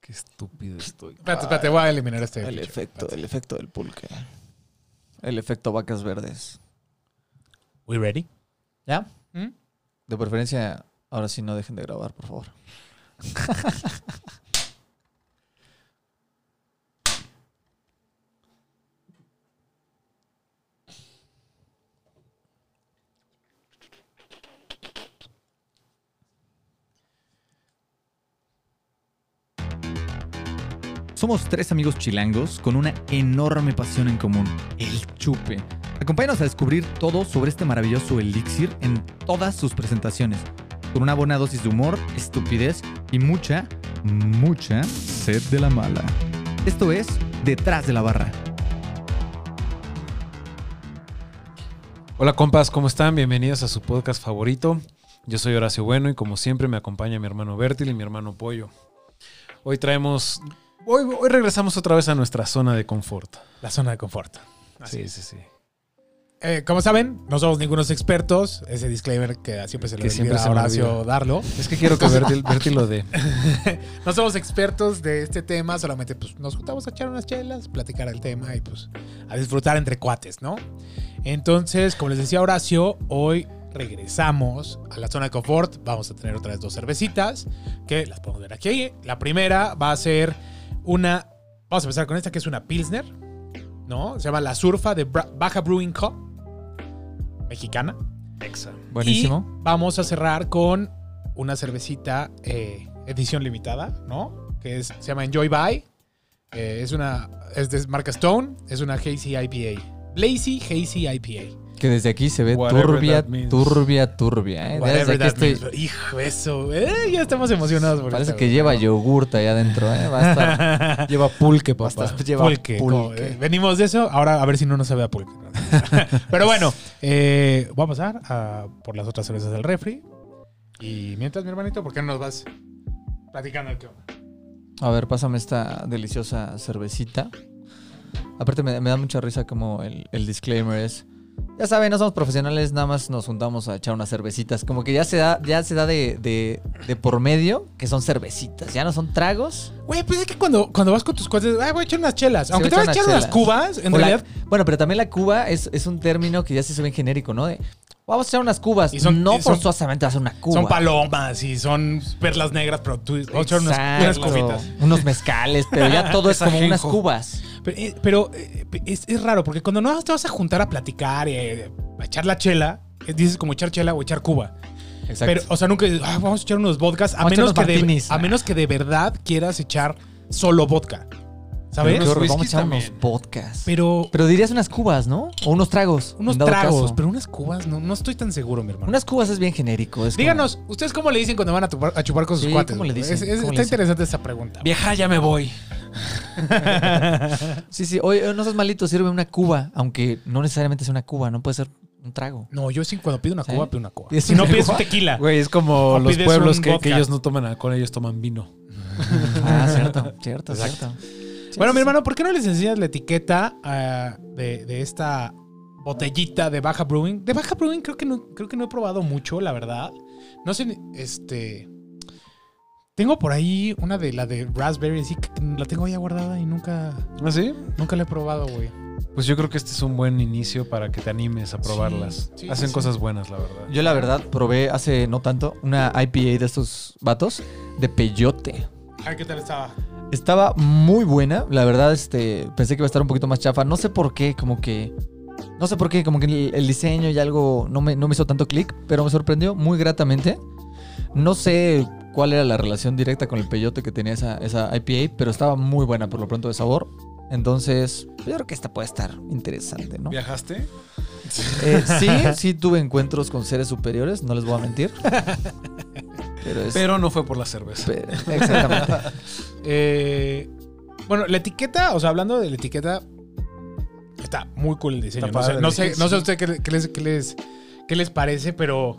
Qué estúpido estoy. Espérate, espérate, voy a eliminar este. El bicho. efecto, el efecto del pulque. El efecto vacas verdes. We ready? ¿Ya? ¿Mm? De preferencia, ahora sí no dejen de grabar, por favor. Somos tres amigos chilangos con una enorme pasión en común, el chupe. Acompáñanos a descubrir todo sobre este maravilloso elixir en todas sus presentaciones, con una buena dosis de humor, estupidez y mucha, mucha sed de la mala. Esto es Detrás de la Barra. Hola compas, ¿cómo están? Bienvenidos a su podcast favorito. Yo soy Horacio Bueno y como siempre me acompaña mi hermano Bertil y mi hermano Pollo. Hoy traemos... Hoy, hoy regresamos otra vez a nuestra zona de confort. La zona de confort. sí, sí, sí. Eh, como saben, no somos ningunos expertos. Ese disclaimer que siempre se le Que siempre olvida a se me Horacio olvida. darlo. Es que quiero que Bertil, Bertil lo dé. No somos expertos de este tema, solamente pues nos juntamos a echar unas chelas, platicar el tema y pues a disfrutar entre cuates, ¿no? Entonces, como les decía Horacio, hoy regresamos a la zona de confort. Vamos a tener otras dos cervecitas que las podemos ver aquí. La primera va a ser una, vamos a empezar con esta que es una Pilsner, ¿no? Se llama La Surfa de Bra- Baja Brewing Co. Mexicana. Buenísimo. Y vamos a cerrar con una cervecita eh, edición limitada, ¿no? Que es- se llama Enjoy By. Eh, es una. Es de marca Stone. Es una Hazy IPA. Lazy Hazy IPA. Que desde aquí se ve Whatever turbia, that means. turbia, turbia. ¿eh? Desde Whatever aquí that estoy- means. Hijo, eso. eh, ya estamos emocionados. por Parece esta, que güey. lleva yogurt ahí adentro. ¿eh? Va a estar- Lleva pulque, va a estar- papá. lleva Pulque, como, pulque. eh, venimos de eso. Ahora a ver si no nos sabe a pulque. Pero bueno, eh, voy a pasar a- por las otras cervezas del refri. Y mientras, mi hermanito, ¿por qué no nos vas platicando el qué onda? A ver, pásame esta deliciosa cervecita. Aparte, me, me da mucha risa como el, el disclaimer es. Ya saben, no somos profesionales, nada más nos juntamos a echar unas cervecitas. Como que ya se da, ya se da de, de- de por medio que son cervecitas, ya no son tragos. Güey, pues es que cuando, cuando vas con tus cuates, ay, voy a echar unas chelas. Aunque te voy vas a a echar echar unas unas cubas, en O la- realidad. bueno, pero también la cuba es, es un término que ya se hizo bien genérico, ¿no? De, vamos a echar unas cubas. Y son- no y son- forzosamente va a ser una cuba. Son palomas y son perlas negras, pero tú voy a echar unas, unas Exacto. cubitas. Unos mezcales, pero ya todo es Esa como unas ajenjo. cubas. Pero, eh, pero, eh, es, es raro, porque cuando no te vas a juntar a platicar, eh, a echar la chela, eh, dices como echar chela o echar cuba. Exacto. Pero, o sea, nunca dices, "Ah, vamos a echar unos vodkas, a, Vamos a echar menos que, unos de, martinis. a menos que de verdad quieras echar solo vodka. ¿Sabes? Qué Pero, Unos horror, vamos a whiskies echar unos también. podcasts. Pero dirías unas cubas, ¿no? O unos tragos. unos en dado tragos, caso. pero unas cubas, no, no estoy tan seguro, mi hermano. Unas cubas es bien genérico. es como- Díganos, ¿ustedes cómo le dicen cuando van a, tupar- a chupar con sus Sí, cuates? ¿cómo le güey? dicen? Es- es- ¿Cómo está le dicen? interesante esa pregunta. Vieja, ya me voy. Sí, sí. Oye, no seas malito, sirve una cuba, aunque no necesariamente sea una cuba, no puede ser un trago. No, yo sí, cuando pido una ¿Sí? cuba, pido una cuba. ¿Y es Si no una pides un cuba? tequila. Güey, es como O los pides pueblos un que, vodka. que ellos no toman alcohol, ellos toman vino. Ah, cierto, cierto, Exacto. cierto. Bueno, mi Sí, sí, hermano, ¿por qué no les enseñas la etiqueta ah, de, de esta botellita de Baja Brewing? De Baja Brewing creo que no, creo que no he probado mucho, la verdad. No sé, ni- este... Tengo por ahí una de la de Raspberry, sí, que la tengo ahí guardada y nunca, ¿Ah, sí? nunca la he probado, güey. Pues yo creo que este es un buen inicio para que te animes a probarlas. sí, Hacen sí. cosas buenas, la verdad. Yo la verdad probé hace no tanto una IPA de estos vatos de peyote. A ver qué tal estaba. Estaba muy buena, la verdad, este, pensé que iba a estar un poquito más chafa. No sé por qué, como que. No sé por qué, como que el, el diseño y algo no me, no me hizo tanto clic, pero me sorprendió muy gratamente. No sé cuál era la relación directa con el peyote que tenía esa, esa IPA, pero estaba muy buena por lo pronto de sabor. Entonces, yo creo que esta puede estar interesante, ¿no? ¿Viajaste? Eh, sí, sí tuve encuentros con seres superiores, no les voy a mentir. Pero es. Pero no fue por la cerveza. pe- exactamente. Eh, bueno, la etiqueta, o sea, hablando de la etiqueta, está muy cool el diseño. Está No sé, padre, no sé, sí. no sé a usted qué, le- qué les, qué les- qué les parece, pero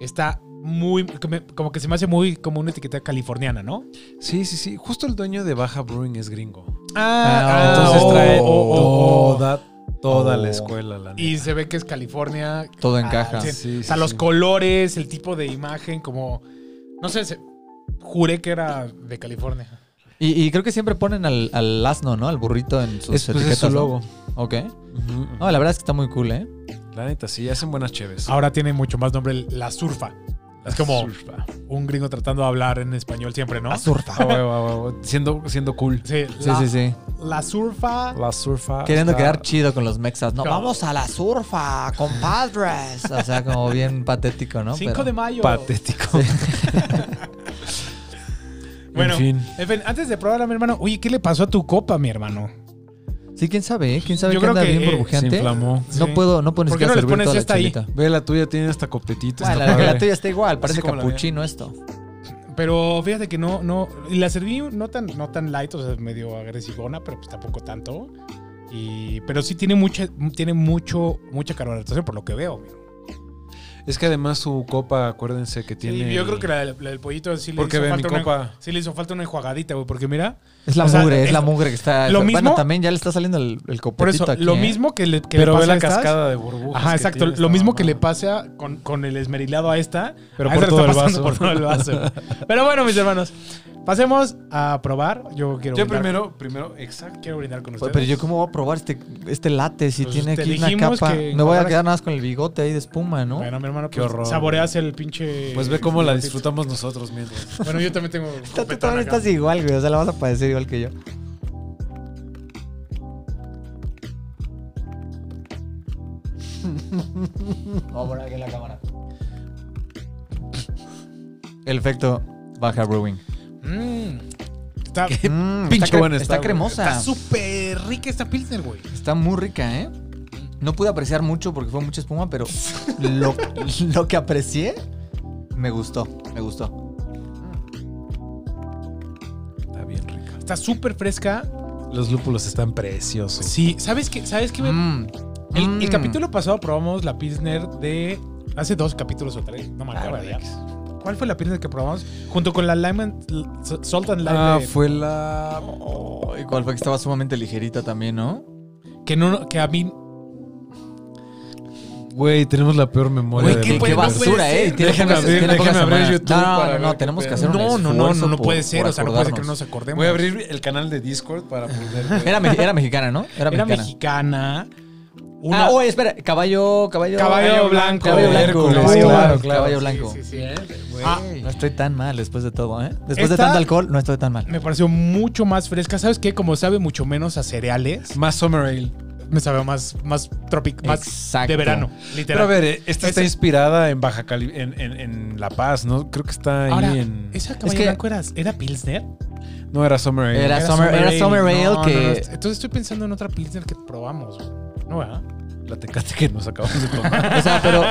está muy, que me- como que se me hace muy como una etiqueta californiana, ¿no? Sí, sí, sí. Justo el dueño de Baja Brewing es gringo. Ah, Entonces oh, trae oh, oh, toda, toda la Oh. escuela, la y neta. se ve que es California. Todo Ah, encaja. sí. Sí, o sea, sí, los sí. colores, el tipo de imagen, como, no sé, se- juré que era de California. Y, y creo que siempre ponen al, al asno, ¿no? Al burrito en sus Es, pues, etiquetas. es su ¿no? logo. Ok. Ujú, ujú. No, la verdad es que está muy cool, ¿eh? La neta, sí, hacen buenas cheves. Ahora tiene mucho más nombre el- la surfa. Es como Surfa. un gringo tratando de hablar en español siempre, ¿no? La surfa. Ah, huevo, a huevo. Siendo, siendo cool. Sí, Sí, la, sí, sí. la surfa. La surfa. Queriendo está- quedar chido con los mexas, ¿no? No. Vamos a la surfa, compadres. O sea, como bien patético, ¿no? 5 Pero- de mayo. Patético. Bueno, En fin. en fin, antes de probar a mi hermano, oye, ¿qué le pasó a tu copa, mi hermano? Sí, quién sabe, ¿eh? ¿Quién sabe Yo que creo anda que, bien eh, burbujeante? se inflamó. No Sí. puedo, no puedo ni ¿Por qué siquiera no les servir pones toda la esta ahí? chelita. Ve, la tuya tiene hasta copetita. Ah, Bueno, está la, padre. la tuya está igual, parece como la mía. capuchino esto. Pero fíjate que no, no. Y la serví no tan, no tan light, o sea, medio agresivona, pero pues tampoco tanto. Y, pero sí tiene mucha, tiene mucho, mucha carbonatación por lo que veo. amigo. Es que además su copa, acuérdense que tiene. Sí, yo creo que la, del- la del pollito sí le Porque hizo ve mi falta una, copa. sí le hizo falta una enjuagadita, güey, porque mira, Es la O sea, mugre, es, es- la mugre que está. lo bueno, mismo- también ya le está saliendo el, por el copetito eso, aquí, lo ¿eh? mismo que le que le Pero ve pasa a la estas- cascada de burbujas. Ajá, que exacto. tiene Lo esta mismo que le mamada. pasa con, con el esmerilado a esta. Pero a por esta le todo está el pasando vaso. por todo el vaso. Pero bueno, mis hermanos, pasemos a probar. Yo quiero Yo brindar- primero, primero, exacto. quiero brindar con Pero, ustedes. pero yo, ¿cómo voy a probar este, este late si Pues tiene te aquí una dijimos capa? que- Me voy a quedar nada más con el bigote ahí de espuma, ¿no? Bueno, mi hermano, Qué pues, horror. Saboreas el pinche. Pues ve cómo la el- disfrutamos nosotros mientras. Bueno, yo también tengo. Tú- Tú copetón también acá. estás igual, güey. O sea, la vas a padecer igual que yo. Vamos a poner aquí en la cámara. El efecto Baja Brewing. Mm, está Mm, pinche está, cre- buena está está, güey. cremosa. está súper rica esta Pilsner, güey. Está muy rica, ¿eh? No pude apreciar mucho porque fue mucha espuma, pero lo, lo que aprecié me gustó, me gustó. Está bien rica. Está súper fresca. Los lúpulos están preciosos. Sí, ¿sabes qué? ¿Sabes qué? me- Mm, El, el mm. capítulo pasado probamos la Pilsner de. Hace dos capítulos o tres. No me Ah, acuerdo vale. ya. ¿Cuál fue la Pilsner que probamos? Junto con la Lime and- L- Salt and Lime. Ah, de- fue la. Ay, cuál fue que estaba sumamente ligerita también, ¿no? que, no, que a mí. Güey, tenemos la peor memoria Güey, del ¿qué Qué, puede- qué no puede universo. basura, ser. ¿eh? Y Tiene Déjame pocas- abrir- tiene déjame pocas abrir semanas. YouTube No, para no, ver no, qué tenemos que pedo. hacer un No, no, no, no, esfuerzo puede por- ser. por O sea, no puede ser que no acordarnos. nos acordemos. Voy a abrir el canal de Discord para poder. ver. Era, me- era mexicana, ¿no? Era Era mexicana. mexicana. Ah, oye, espera, caballo, caballo. Caballo blanco. Caballo blanco. Hércules, Caballo claro, blanco. claro. Caballo blanco. Sí, sí, sí. Ah, Ah, No estoy tan mal después de todo, ¿eh? Después de Esta- tanto alcohol, no estoy tan mal. me pareció mucho más fresca. ¿Sabes qué? Como sabe mucho menos a cereales, Más Summer Ale. me sabe más, más tropic, más Exacto. de verano, Pero a literal. ver, eh, esta está Ese- inspirada en Baja Cali, en, en- en La Paz, ¿no? Creo que está ahí Ahora, en. ¿esa caballo Es que- blanco era, era Pilsner? No era Summer Ale. Era Summer- era Summer Ale No, no, que- no, entonces estoy pensando en otra Pilsner que probamos. güey. No, ¿verdad? La tecate que nos acabamos de tomar. O sea, pero,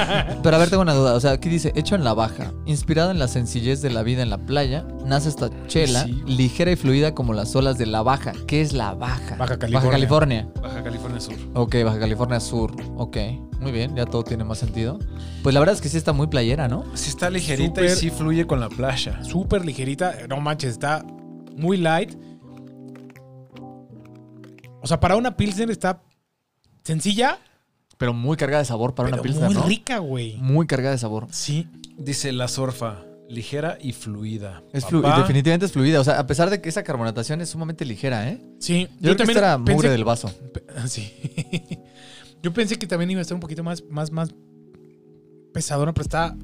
pero a ver, tengo una duda. O sea, aquí dice, hecho en la baja, inspirado en la sencillez de la vida en la playa, nace esta chela, Sí. ligera y fluida como las olas de la baja. ¿Qué es la baja? Baja California. Baja California. Baja California Sur. Ok, Baja California Sur. Ok, muy bien, ya todo tiene más sentido. Pues la verdad es que sí está muy playera, ¿no? Sí está ligerita y Súper- sí fluye con la playa. Súper ligerita. No manches, está muy light. O sea, para una Pilsner está sencilla, Pero muy cargada de sabor para pero una pilsner, muy ¿no? rica, güey. Muy cargada de sabor. Sí. Dice la sorfa, ligera y fluida. Es flu- Papá, definitivamente es fluida. O sea, a pesar de que esa carbonatación es sumamente ligera, ¿eh? Sí, Yo, creo que esta era mugre del vaso. Pe- Ah, Sí. Yo pensé que también iba a estar un poquito más, más, más pesadona, pero está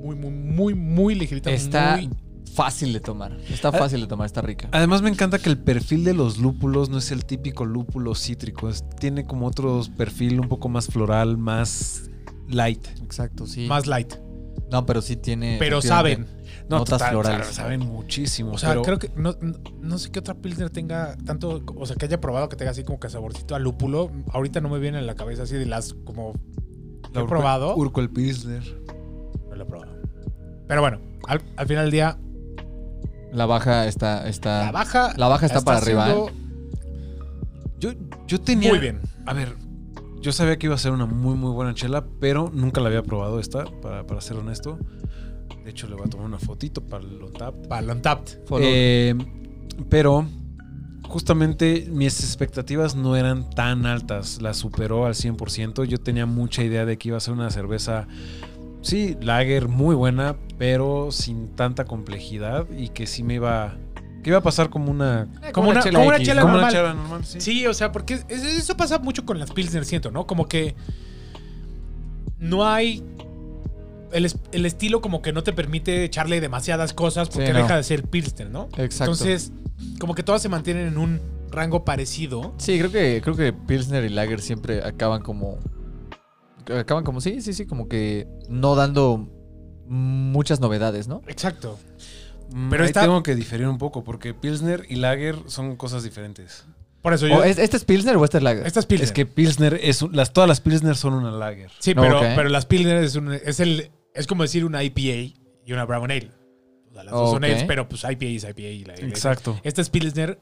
muy, muy, muy, muy ligerita. Está muy- fácil de tomar. Está fácil de tomar, está rica. Además me encanta que el perfil de los lúpulos no es el típico lúpulo cítrico, es- tiene como otro perfil un poco más floral, más light. Exacto, sí. más light. No, pero sí tiene. Pero efectivamente, saben. Notas total, florales. saben- Saben muchísimo. O sea, pero- creo que no, no- no sé qué otra Pilsner tenga tanto, o sea, que haya probado que tenga así como que saborcito a lúpulo. Ahorita no me viene en la cabeza así de las como... ¿Lo La he Urquell- probado? Urquell Pilsner. No lo he probado. Pero bueno, al, al final del día, La baja está. está... la baja... Ah, la baja está para arriba, ¿eh? siendo Yo, yo tenía. Muy bien. A ver, yo sabía que iba a ser una muy, muy buena chela, pero nunca la había probado esta, para, para ser honesto. De hecho, le voy a tomar una fotito para lo tap. Para el Untapped. Follow. Eh, pero justamente mis expectativas no eran tan altas. La superó al 100%. Yo tenía mucha idea de que iba a ser una cerveza, sí, lager muy buena, pero sin tanta complejidad y que sí me iba... Que Que iba a pasar como una. Eh, como una chela X, como una normal. chela normal, sí. Sí, o sea, porque es- eso pasa mucho con las Pilsner, siento, ¿no? Como que no hay... El, es- el estilo como que no te permite echarle demasiadas cosas porque Sí, no. deja de ser Pilsner, ¿no? Exacto. Entonces, como que todas se mantienen en un rango parecido. Sí, creo que, creo que Pilsner y Lager siempre acaban como. Acaban como, sí, sí, sí, como que no dando muchas novedades, ¿no? Exacto. Mm, Pero ahí esta- tengo que diferir un poco porque Pilsner y Lager son cosas diferentes. Por eso yo... O, ¿es- ¿Este es Pilsner o este es Lager? Estas Pilsner. Es que Pilsner es un- las todas las Pilsner son una Lager. Sí, No, pero, ok. pero las Pilsner es, un- es, el, es como decir una IPA y una Brown Ale. O sea, las dos son Ok. ales, pero pues IPA es IPA y la la- Exacto. Esta es Pilsner,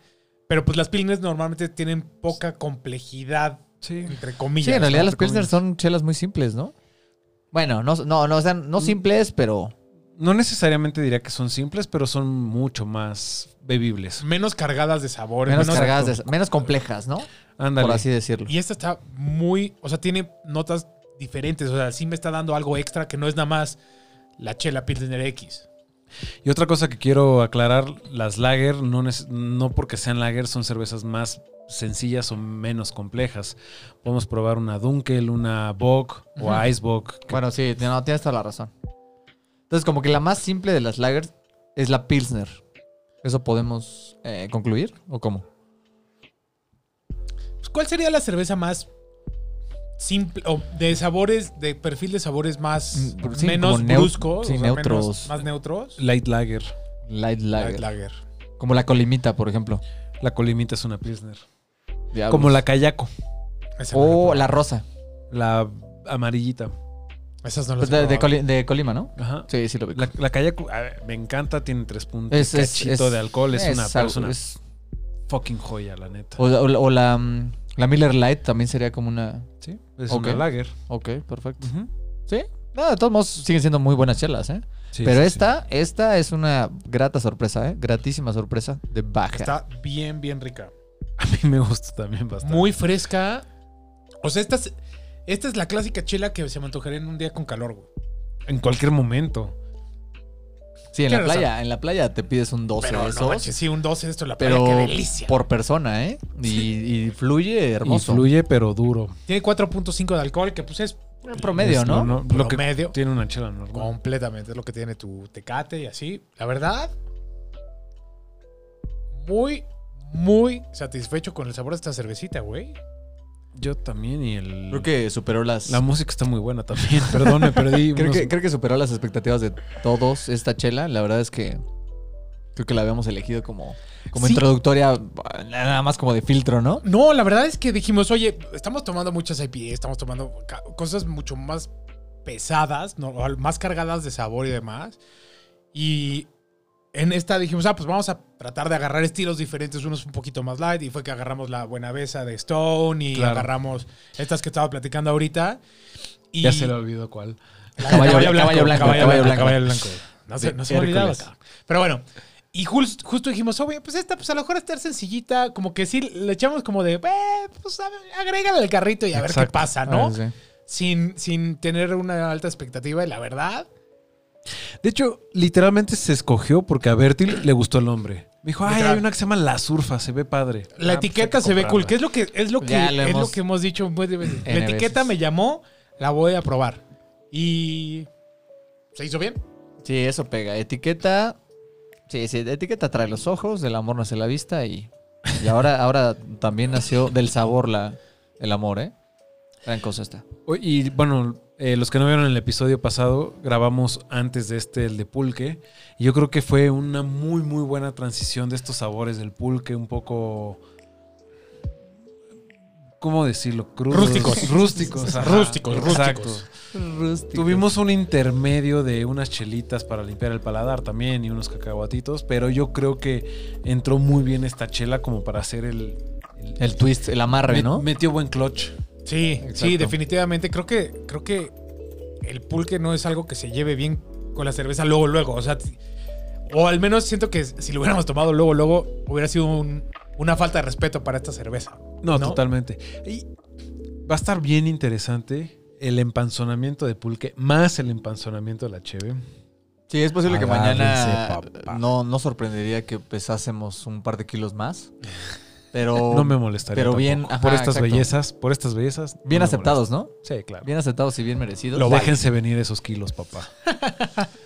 pero pues las Pilsner normalmente tienen poca complejidad, Sí. entre comillas. Sí, en realidad ¿no? las Pilsner son chelas muy simples, ¿no? Bueno, no, no, no, o sea, Mm. no simples, pero. No necesariamente diría que son simples, pero son mucho más bebibles. Menos cargadas de sabor. Menos cargadas, de- menos complejas, ¿no? Ándale. Por así decirlo. Y esta está muy, o sea, tiene notas diferentes. O sea, sí me está dando algo extra que no es nada más la chela Pilsner X. Y otra cosa que quiero aclarar, las lager, no, neces- no porque sean lager, son cervezas más sencillas o menos complejas. Podemos probar una Dunkel, una Bock o Icebock. Bueno, sí, no, tienes toda la razón. Entonces, como que la más simple de las lagers es la Pilsner. ¿Eso podemos eh, concluir? ¿O cómo? Pues, ¿Cuál sería la cerveza más simple o de sabores, de perfil de sabores más Mm, sí, menos como neu- bruscos? sí, o sea, neutros. menos- más neutros. Light Lager. Light Light lager. Lager. Como la colimita, por ejemplo. La colimita es una Pilsner. Diablos. Como la Kayako, Esa no la he O probado. Oh, la rosa. la amarillita. Esas no las Pues he de, de probado. Coli- de Colima, ¿no? Ajá. Sí, sí lo veo. La, la Kayako, a ver, me encanta, tiene tres puntos. cachito de alcohol, es, una, algo- persona es- fucking joya, la neta. o la- o la, o la, mm, la Miller Light también sería como una... Sí, es Ok. una lager. Ok, perfecto. Ujú. Sí. No, de todos modos siguen siendo muy buenas chelas, ¿eh? Sí, Pero sí, sí. esta, esta es una grata sorpresa, ¿eh? Gratísima sorpresa de baja. Está bien, bien rica. A mí me gusta también bastante. Muy fresca. O sea, esta es, esta es la clásica chela que se me antojaría en un día con calor, güey. En cualquier momento. Sí, en la Claro, o sea- playa, en la playa te pides un 12 Pero de no esos, manches, sí, un 12 de esto en la pero playa, qué delicia. por persona, ¿eh? Y, y fluye hermoso. Influye, pero duro. Tiene 4.5 de alcohol, que pues es en promedio, Es ¿no? lo- Lo que Promedio. tiene una chela normal. completamente es lo que tiene tu tecate y así. La verdad, muy, muy satisfecho con el sabor de esta cervecita, güey. Yo también y el... Creo que superó las. La música está muy buena también. Perdón, me perdí. creo, unos- que, creo que superó las expectativas de todos esta chela. La verdad es que creo que la habíamos elegido como, como Sí. introductoria, nada más como de filtro, ¿no? No, la verdad es que dijimos, oye, estamos tomando muchas IPA, estamos tomando ca- cosas mucho más pesadas, ¿no? O más cargadas de sabor y demás. Y en esta dijimos, ah, pues vamos a tratar de agarrar estilos diferentes, unos un poquito más light. Y fue que agarramos la Buenavesa de Stone y Claro. agarramos estas que estaba platicando ahorita. Y Ya se le olvidó cuál. la- Caballo- Caballo Blanco, Caballo Blanco. caballo blanco. No se, De no se me olvidaba. Hércules. cabrón. Pero bueno, y jus- justo dijimos, oye, pues esta, pues a lo mejor estar sencillita, como que sí le echamos como de, "Eh, pues a ver, agrégale al carrito y a ver qué Exacto. pasa, ¿no? Ah, sí. sin, sin tener una alta expectativa, y la verdad. De hecho, literalmente se escogió porque a Bertil le gustó el nombre. Me dijo, ay, Literal. hay una que se llama La Surfa, se ve padre. La Ah, pues etiqueta hay que se ve comprarla. cool, que es lo que es lo que, Ya lo es hemos- lo que hemos dicho muchas veces. La N etiqueta veces. me llamó, la voy a probar. Y se hizo bien. Sí, eso pega. Etiqueta. Sí, sí, etiqueta trae los ojos, del amor nace la vista y. Y ahora, ahora también nació del sabor la, el amor, ¿eh? Gran cosa esta. O- Y bueno, eh, los que no vieron el episodio pasado, grabamos antes de este el de pulque. Y yo creo que fue una muy, muy buena transición de estos sabores del pulque, un poco... ¿Cómo decirlo? Crudos. Rústicos. Rústicos. Rústicos, exacto. rústicos. Tuvimos un intermedio de unas chelitas para limpiar el paladar también y unos cacahuatitos, pero yo creo que entró muy bien esta chela como para hacer el... el- El twist, el amarre, me- ¿no? Metió buen clutch. Sí, sí, Exacto. definitivamente. Creo que, creo que el pulque no es algo que se lleve bien con la cerveza luego, luego. O sea, t- o al menos siento que si lo hubiéramos tomado luego, luego, hubiera sido un- una falta de respeto para esta cerveza. No, ¿No? totalmente. Y va a estar bien interesante el empanzonamiento de pulque, más el empanzonamiento de la cheve. Sí, es posible que mañana Agárrense, papá. no, no sorprendería que pesásemos un par de kilos más. Pero, No me molestaría. pero bien, tampoco. ajá, por estas exacto. bellezas, por estas bellezas. no bien me aceptados, ¿no? molesta. Sí, claro. Bien aceptados y bien merecidos. Lo Sí. déjense venir esos kilos, papá.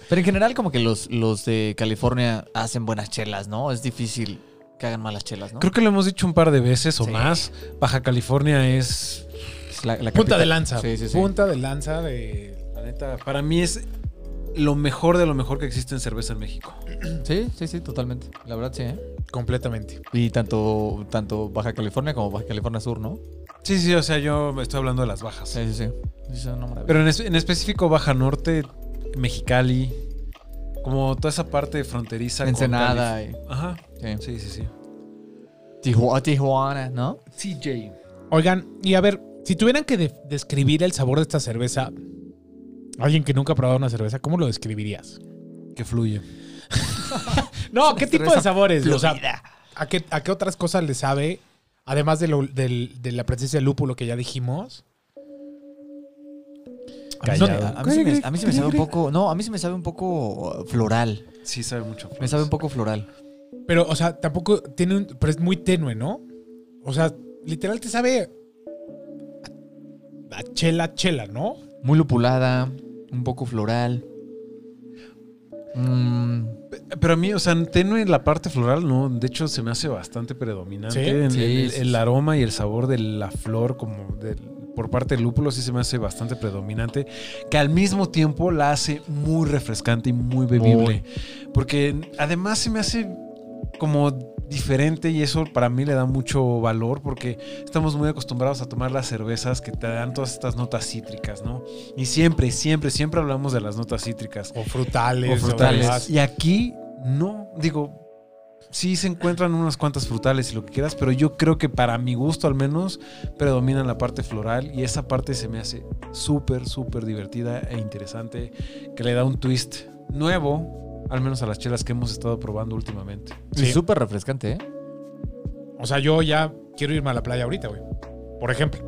Pero en general, como que los, los de California hacen buenas chelas, ¿no? Es difícil que hagan malas chelas, ¿no? Creo que lo hemos dicho un par de veces o Sí. más. Baja California es Es la- la Punta capital. de lanza. Sí, sí, sí. Punta de lanza de. La neta, para mí es lo mejor de lo mejor que existe en cerveza en México. Sí, sí, sí, totalmente. La verdad, sí, ¿eh? Completamente. Y tanto, tanto Baja California como Baja California Sur, ¿no? Sí, sí, o sea, yo estoy hablando de las bajas. Sí, sí, sí. Es una maravilla. Pero en, es- en específico Baja Norte, Mexicali, como toda esa parte fronteriza. con Ensenada. y- Calif- Ajá. sí. Sí, sí, sí. Tiju- Tijuana, ¿no? CJ. Oigan, y a ver, si tuvieran que de- describir el sabor de esta cerveza, alguien que nunca ha probado una cerveza, ¿cómo lo describirías? Que fluye. No, ¿qué tipo de cerveza sabores? O sea, ¿a qué, a qué otras cosas le sabe? Además de, lo- del- de la presencia del lúpulo que ya dijimos. A mí sí me- Callado. a mí sí me, a mí sí me sabe un poco. No, a mí sí me sabe un poco uh, floral. Sí, sabe mucho. a Me flores. sabe un poco floral. Pero, o sea, tampoco tiene un. Pero es muy tenue, ¿no? O sea, literal te sabe. A, a chela, chela, ¿no? Muy lupulada, un poco floral. Mm, Pero a mí, o sea, tenue la parte floral, no. De hecho, se me hace bastante predominante. Sí, En- sí, el, sí, el sí. aroma y el sabor de la flor, como del- por parte del lúpulo, sí se me hace bastante predominante. Que al mismo tiempo la hace muy refrescante y muy bebible. Porque además se me hace como diferente y eso para mí le da mucho valor porque estamos muy acostumbrados a tomar las cervezas que te dan todas estas notas cítricas, ¿no? Y siempre, siempre, siempre hablamos de las notas cítricas. O frutales. O frutales. demás. Y aquí no, digo, sí se encuentran unas cuantas frutales y lo que quieras, pero yo creo que para mi gusto al menos predomina la parte floral y esa parte se me hace súper, súper divertida e interesante, que le da un twist nuevo, al menos a las chelas que hemos estado probando últimamente. y Sí. súper refrescante, ¿eh? O sea, yo ya quiero irme a la playa ahorita, güey. Por ejemplo.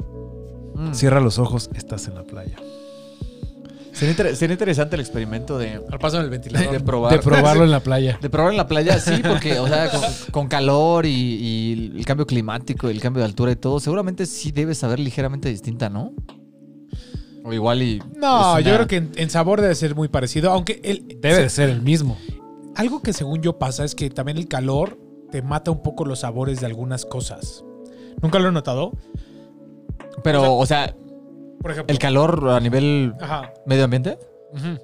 Mm. Cierra los ojos, estás en la playa. Sería, inter- sería interesante el experimento de, Al paso del ventilador. De probar. De probarlo en la playa. de probar en la playa, sí, porque, o sea, con, con calor y, y el cambio climático, el cambio de altura y todo, seguramente sí debe saber ligeramente distinta, ¿no? O igual y. No, es yo una- creo que en, en sabor debe ser muy parecido. Aunque el, Debe se- de ser el mismo. Algo que según yo pasa es que también el calor te mata un poco los sabores de algunas cosas. ¿Nunca lo he notado? Pero, o sea, Por ejemplo. el calor a nivel Ajá. medio ambiente. Ujú.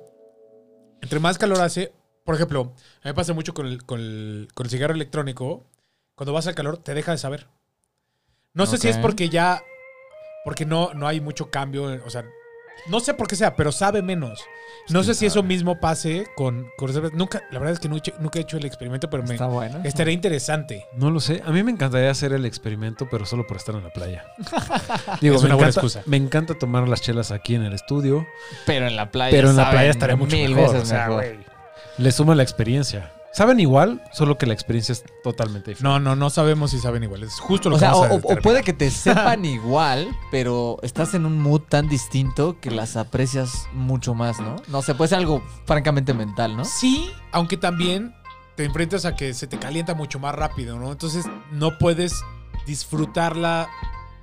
Entre más calor hace, por ejemplo, a mí me pasa mucho con el, con el- con el cigarro electrónico, cuando vas al calor te deja de saber. No sé si es Ok. porque ya, porque no, no hay mucho cambio, o sea, no sé por qué sea, pero sabe menos. No sé si eso mismo pase con, con reservas. Nunca, la verdad es que nunca, nunca he hecho el experimento, pero me Está bueno. estaría interesante. No lo sé. A mí me encantaría hacer el experimento, pero solo por estar en la playa. Digo, Es me una buena encanta- excusa. Me encanta tomar las chelas aquí en el estudio. Pero en la playa. Pero en la saben playa estaría mucho mil mejor. veces o sea, mejor. güey. pues, Le suma la experiencia. Saben igual, solo que la experiencia es totalmente diferente. No, no, no sabemos si saben igual. Es justo lo O que sea, o, vamos a o- o determinar. puede que te sepan igual, pero estás en un mood tan distinto que las aprecias mucho más, ¿no? No sé, puede ser algo francamente mental, ¿no? Sí, aunque también te enfrentas a que se te calienta mucho más rápido, ¿no? Entonces no puedes disfrutarla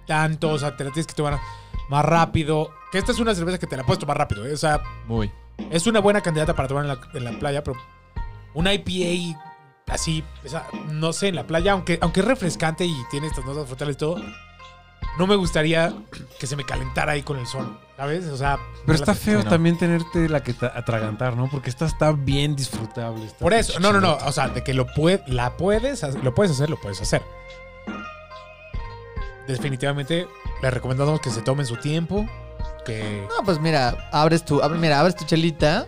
tanto, o sea, te la tienes que tomar más rápido. Que esta es una cerveza que te la puedes tomar rápido, ¿eh? o sea, Muy. es una buena candidata para tomar en la, en la playa, pero una IPA así, o sea, no sé, en la playa, aunque, aunque es refrescante y tiene estas notas frutales y todo, no me gustaría que se me calentara ahí con el sol, ¿sabes? O sea, Pero no está la- feo no. también tenerte la que ta- atragantar, ¿no? Porque esta está bien disfrutable. está Por eso, no, no, no. chingona. O sea, de que lo puede, la puedes, ha- lo puedes hacer, lo puedes hacer. Definitivamente le recomendamos que se tomen su tiempo. Que. No, pues mira, abres tu, abre- mira, abres tu chelita,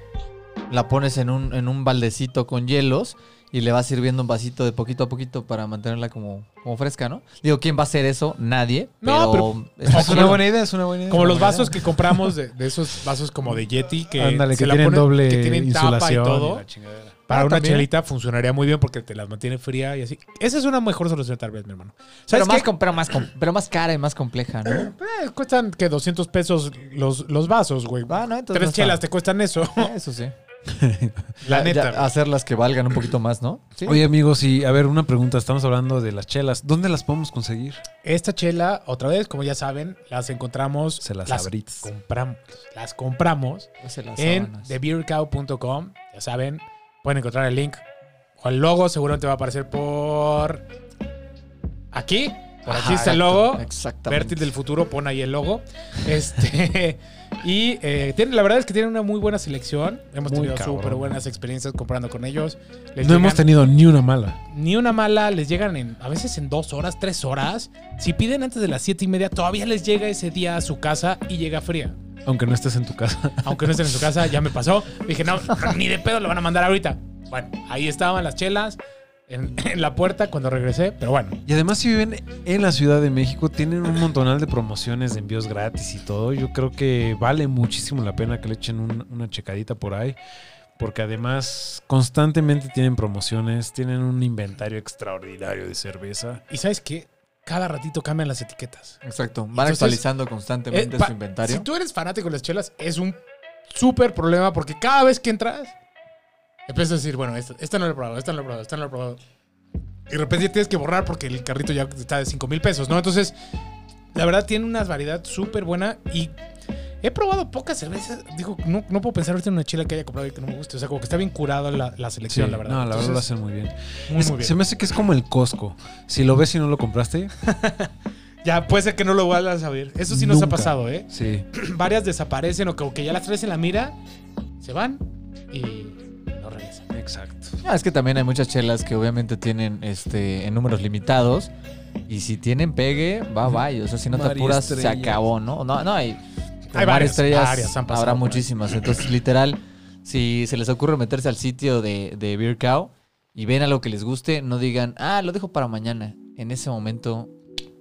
la pones en un, en un baldecito con hielos y le vas sirviendo un vasito de poquito a poquito para mantenerla como, como fresca, ¿no? Digo, ¿quién va a hacer eso? Nadie. No, pero, está Es una chido. buena idea, es una buena idea. Como los Una buena vasos que compramos de, de esos vasos como de Yeti que, Ándale, se que la tienen ponen- doble que tienen tapa y insulación todo. la chingadera. para Ah, una también. chelita funcionaría muy bien porque te las mantiene fría y así. Esa es una mejor solución, tal vez, mi hermano. Pero ¿Sabes más, qué? com- pero, más com- pero más cara y más compleja, ¿no? Eh, cuestan que 200 pesos los, los vasos, güey. Ah, no, entonces no Tres está. chelas te cuestan eso. Eso sí. La Ya- neta. ya ah. hacer las que valgan un poquito más, ¿no? Sí. Oye, amigos, y a ver, una pregunta. Estamos hablando de las chelas. ¿Dónde las podemos conseguir? Esta chela, otra vez, como ya saben, las encontramos. Se las abrites. compramos. Las compramos Hacer las en sábanas. thebeercow.com. Ya saben, pueden encontrar el link o el logo. Seguramente va a aparecer por aquí. Por aquí Ajá, está el exacto, logo. Exactamente. Vertil del futuro, pon ahí el logo. Este, y eh, tienen- la verdad es que tienen una muy buena selección. Hemos Muy tenido cabrón. súper buenas experiencias comprando con ellos. No Les hemos llegan- tenido ni una mala. ni una mala, les llegan en, a veces en dos horas, tres horas. Si piden antes de las siete y media, todavía les llega ese día a su casa y llega fría. Aunque no estés en tu casa. Aunque no estén en su casa, ya me pasó. Dije, no, ni de pedo lo van a mandar ahorita. Bueno, ahí estaban las chelas en, en la puerta cuando regresé, pero bueno. Y además, si viven en la Ciudad de México, tienen un montonal de promociones, de envíos gratis y todo. Yo creo que vale muchísimo la pena que le echen un- una checadita por ahí. Porque además constantemente tienen promociones, tienen un inventario extraordinario de cerveza. ¿Y sabes qué? Cada ratito cambian las etiquetas. Exacto. Van Entonces, actualizando constantemente Eh, pa- su inventario. Si tú eres fanático de las chelas, es un súper problema porque cada vez que entras, empiezas a decir, bueno, esta, esta no la he probado, esta no la he probado, esta no la he probado. Y de repente tienes que borrar porque el carrito ya está de 5 mil pesos, ¿no? Entonces, la verdad tiene una variedad súper buena y he probado pocas cervezas. Digo, no, no puedo pensar ahorita en una chela que haya comprado y que no me guste. O sea, como que está bien curada la, la selección, la verdad. No, la verdad lo Entonces, hacen muy bien. muy, Es- muy bien. Se me hace que es como el Costco. Si lo ves y no lo compraste, Ya puede ser que no lo vuelvas a ver. Eso sí nos ha Nunca. pasado, ¿eh? sí. varias desaparecen o que, o que ya las traes en la mira, se van y no regresan. Exacto. Ah, es que también hay muchas chelas que obviamente tienen este en números limitados. Y si tienen pegue, va, bye. O sea, si no te María apuras, se Estrella. acabó, ¿no? No, no, hay, Hay Mar varias, estrellas varias han pasado habrá por ahí. muchísimas. Entonces, literal, si se les ocurre meterse al sitio de, de Beer Cow y ven a lo que les guste, no digan, ah, lo dejo para mañana. En ese momento,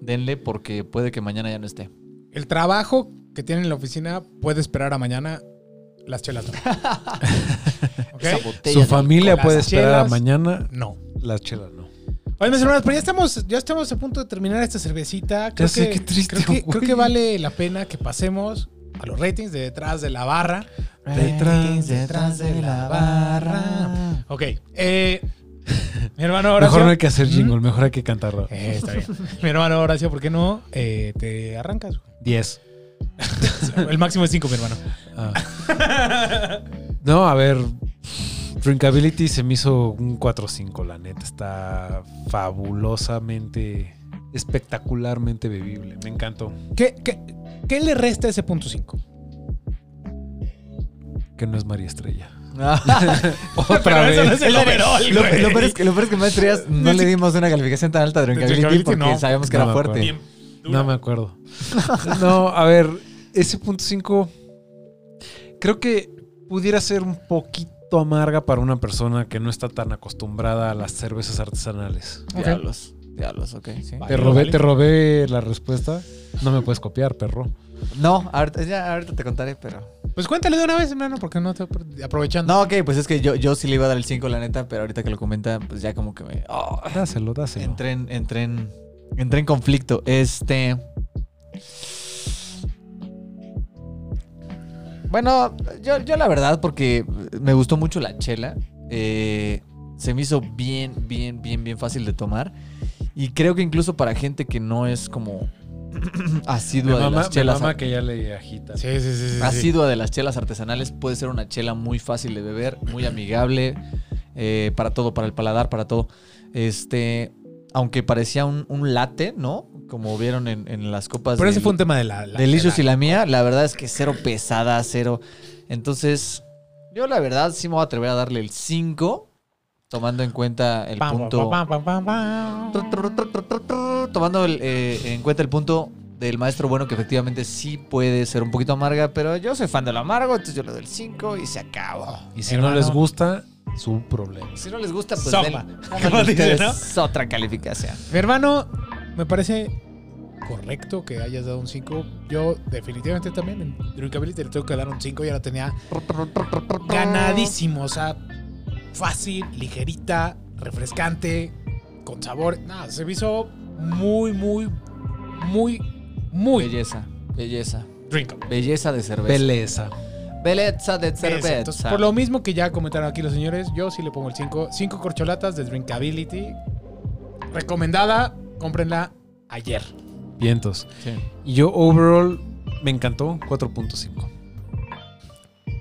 denle porque puede que mañana ya no esté. El trabajo que tienen en la oficina puede esperar a mañana las chelas. no. ¿Ok? Esa botella Su de- familia con puede las esperar a chelas. mañana. No. La chela no. Oye, mis hermanos, pero ya estamos, ya estamos a punto de terminar esta cervecita. Creo sé, que, qué triste, Creo que, güey. creo que vale la pena que pasemos a los ratings de detrás de la barra. Ratings detrás de la barra. Ok. eh, mi hermano ahora. Mejor no hay que hacer jingle, mejor hay que cantarlo. está bien. Mi hermano Horacio, ¿por qué no eh, te arrancas? 10. El máximo es 5, mi hermano. Ah. No, a ver. Drinkability se me hizo un 4-5, la neta. Está fabulosamente, espectacularmente bebible. Me encantó. ¿Qué, qué, qué le resta a ese punto 5? Que no es María Estrella. Pero Otra eso no es vez. el overall, Lo, güey. lo peor es que, lo peor es que Maestro Díaz no le dimos una calificación tan alta de Drinkability Drinkability porque no. sabíamos que No era me fuerte. acuerdo. No me acuerdo. No, a ver, ese punto 5 creo que pudiera ser un poquito amarga para una persona que no está tan acostumbrada a las cervezas artesanales. Diablos. Diablos, ok. sí. Vale. Te robé, te robé la respuesta. No me puedes copiar, perro. No, ahorita, ya, ahorita te contaré, pero. Pues cuéntale de una vez, hermano, porque no te aprovechando. No, ok, pues es que yo, yo sí le iba a dar el 5, la neta, pero ahorita que lo comenta, pues ya como que me. oh, Dáselo, dáselo. entré, en, entré, en, entré en conflicto. Este. Bueno, yo, yo la verdad, porque me gustó mucho la chela. eh, se me hizo bien, bien, bien, bien fácil de tomar. Y creo que incluso para gente que no es como Mi asidua de mamá, las chelas. que ya le agita. Sí, sí, sí. sí, sí. asidua de las chelas artesanales puede ser una chela muy fácil de beber, muy amigable, eh, para todo, para el paladar, para todo. Este, aunque parecía un, un latte, ¿no? Como vieron en, en las copas Pero ese del- fue un tema de la. la- del Licious de y la mía, la verdad es que cero pesada, cero. Entonces, yo la verdad sí me voy a atrever a darle el 5, tomando en cuenta el Pam, pam, punto... pam, pam, pam, pam. Tomando el, eh, en cuenta el punto del maestro bueno, que efectivamente sí puede ser un poquito amarga, pero yo soy fan de lo amargo, entonces yo le doy el 5 y se acabó. Y si Hermano. no les gusta, su problema. Si no les gusta, pues Sopa. den- Como pónganle dice, ustedes otra calificación. Mi hermano, me parece correcto que hayas dado un 5. Yo, definitivamente también en Drinkability le tengo que dar un 5. Ya la tenía ganadísimo. O sea, fácil, ligerita, refrescante, con sabor. Nada, se me hizo muy, muy, muy, muy Belleza, belleza, drinkable. belleza de cerveza. Belleza. Belleza de Eso, entonces, cerveza. por lo mismo que ya comentaron aquí los señores, yo sí le pongo el 5. 5 corcholatas de Drinkability. Recomendada, cómprenla ayer. Vientos. Sí. Y yo overall me encantó 4.5.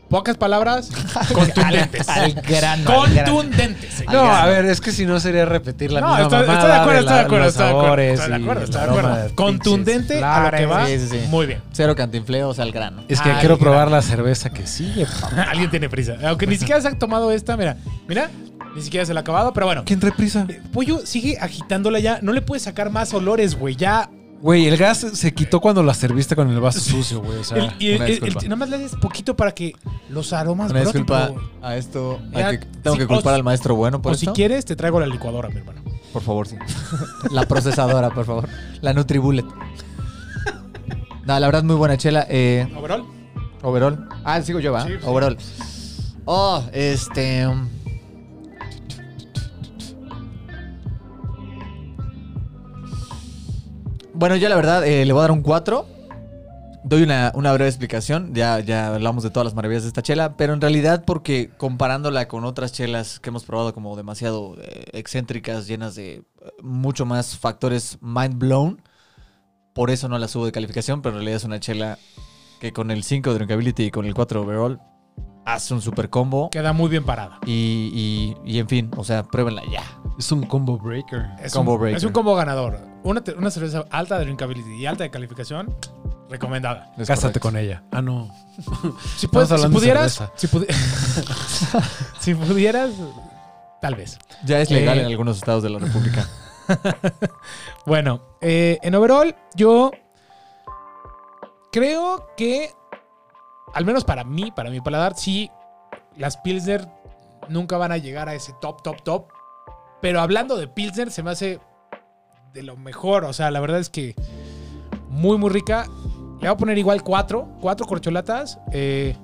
Pocas palabras, contundentes. Al grano. al grano. contundentes. señor. No, grano. a ver, es que si no sería repetir la No, misma estoy- estoy de mamada acuerdo, estoy de acuerdo, los estoy de acuerdo, sabores estoy de y acuerdo, el estoy de aroma acuerdo. de Contundente pinches a lo que va. Sí, sí, sí. Muy bien. Cero cantinfleos al grano. Es que Ay, quiero mira. Ah, probar la cerveza que sigue. Alguien tiene prisa. Aunque ni siquiera se ha tomado esta, mira. Mira, ni siquiera se la ha acabado, pero bueno. ¿Quién trae prisa? Eh, Pollo sigue agitándola ya. No le puedes sacar más olores, güey. Ya. Güey, el gas se quitó cuando la serviste con el vaso sucio, güey. O sea, El- y el- una el- disculpa. el- nada más le haces poquito para que los aromas Una broten, disculpa güey. a esto. hay Ya, que- tengo sí, que o culpar si- al maestro bueno por O si esto. quieres, te traigo la licuadora, mi hermano. Por favor, sí. La procesadora, por favor. La Nutribullet. No, la verdad, muy buena chela. Eh, ¿Overall? overall. Ah, sigo yo, ¿va? Sí, sí. Overall. Oh, este. um, Bueno, yo la verdad eh, le voy a dar un 4. Doy una, una breve explicación. Ya, ya hablamos de todas las maravillas de esta chela, pero en realidad, porque comparándola con otras chelas que hemos probado como demasiado eh, excéntricas, llenas de eh, mucho más factores mind blown, por eso no la subo de calificación, pero en realidad es una chela que con el 5 de drinkability y con el 4 overall hace un super combo. Queda muy bien parada. Y, y- y en fin, o sea, pruébenla ya. Es un combo breaker. Es, Combo un, breaker. es un combo ganador. Una, te- una cerveza alta de drinkability y alta de calificación, recomendada. Es correcto. Cásate con ella. Ah, no. Si, puedes, si hablando de pudieras. cerveza. Si, pudi- si pudieras. Tal vez. Ya es legal Eh, en algunos estados de la República. Bueno, eh, en overall, yo creo que, al menos para mí, para mi paladar, sí, las Pilsner nunca van a llegar a ese top, top, top. Pero hablando de Pilsner, se me hace de lo mejor. O sea, la verdad es que muy, muy rica. Le voy a poner igual cuatro, cuatro corcholatas. eh,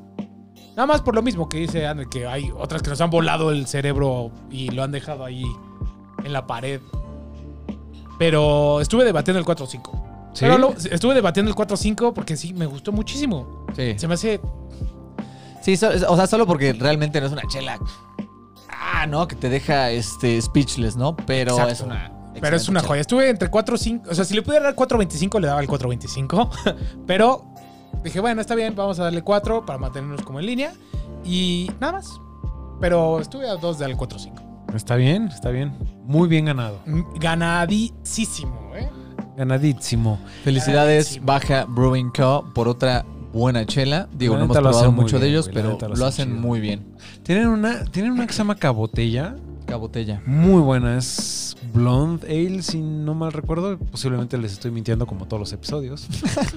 nada más por lo mismo que dice Ander, que hay otras que nos han volado el cerebro y lo han dejado ahí en la pared. Pero estuve debatiendo el 4-5. ¿Sí? Pero lo- estuve debatiendo el 4-5 porque sí, me gustó muchísimo. Sí. Se me hace Sí, so- o sea, solo porque realmente no es una chela. Ah, no, que te deja este speechless, ¿no? Pero Exacto. es una. Pero es excelente una chela. joya. Estuve entre 4 5. O sea, si le pudiera dar 4.25, le daba el 4.25. Pero dije, bueno, está bien, vamos a darle 4 para mantenernos como en línea. Y nada más. Pero estuve a 2 del 4.5. Está bien, está bien. Muy bien ganado. Mm, Ganadísimo, ¿eh? Ganadísimo. Felicidades, Carísimo. Baja Brewing Co. por otra buena chela. Digo, La no hemos neta lo probado hacen muy mucho de bien, ellos, güey, la pero neta lo lo hacen hacen chido. muy bien. Tienen una, tienen una que se llama cabotella. Cabotella. Muy buena. Es Blonde Ale, si no mal recuerdo. Posiblemente les estoy mintiendo como todos los episodios.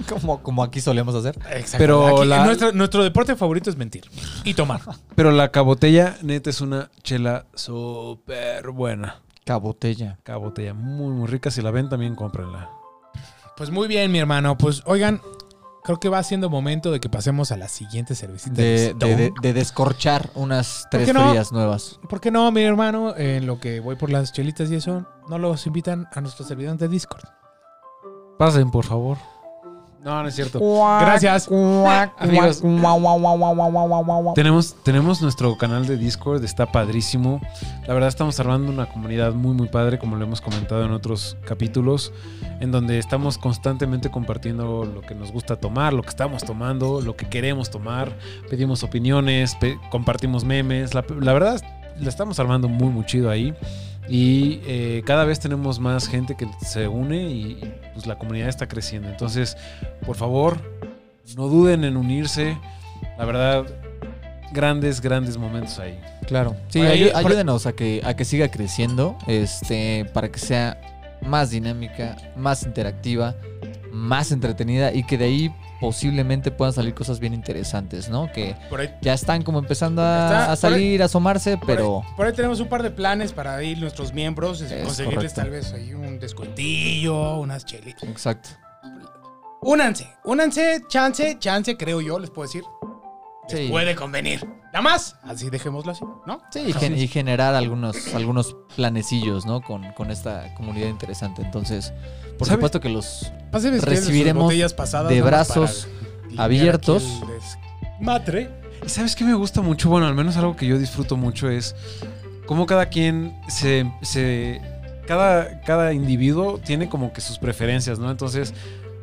como, como aquí solemos hacer. Exacto. Pero Aquí, la- nuestro, nuestro deporte favorito es mentir y tomar. Pero la cabotella, neta, es una chela súper buena. Cabotella. Cabotella, muy, muy rica. Si la ven, también cómprenla. Pues muy bien, mi hermano. Pues oigan, creo que va siendo momento de que pasemos a la siguiente cervecita. De, Stone. de- de- de descorchar unas tres qué no? frías nuevas. ¿Por qué no, mi hermano? En lo que voy por las chelitas y eso, no los invitan a nuestro servidor de Discord. Pasen, por favor. No, no es cierto. Gracias. Amigos, tenemos, tenemos nuestro canal de Discord, está padrísimo. La verdad estamos armando una comunidad muy muy padre, como lo hemos comentado en otros capítulos, en donde estamos constantemente compartiendo lo que nos gusta tomar, lo que estamos tomando, lo que queremos tomar, pedimos opiniones, pe- compartimos memes. La, la verdad la estamos armando muy muy chido ahí. Y eh, cada vez tenemos más gente que se une y, y, pues, la comunidad está creciendo. Entonces, por favor, no duden en unirse. La verdad, grandes, grandes momentos ahí. Claro. Sí, Por ahí- ayú- por- ayúdenos a que, a que siga creciendo, este, para que sea más dinámica, más interactiva, más entretenida y que de ahí posiblemente puedan salir cosas bien interesantes, ¿no? Que Por ahí, ya están como empezando a, Está- a salir, a asomarse, pero... por ahí tenemos un par de planes para ir nuestros miembros, es- Es conseguirles correcto. tal vez ahí un descuentillo, unas chelitas. Exacto. Únanse, únanse, chance, chance, creo yo, les puedo decir. Les Sí. puede convenir. Nada más, así dejémoslo así, ¿no? Sí, y, gen- y generar algunos, algunos planecillos, ¿no? Con, con esta comunidad interesante. Entonces, por ¿Sabe? supuesto que los este Pásenme si quieren sus Recibiremos botellas pasadas, de nada más para brazos limpiar abiertos. aquí el desmadre. ¿Y sabes qué me gusta mucho? Bueno, al menos algo que yo disfruto mucho es cómo cada quien se... se- cada, cada individuo tiene como que sus preferencias, ¿no? Entonces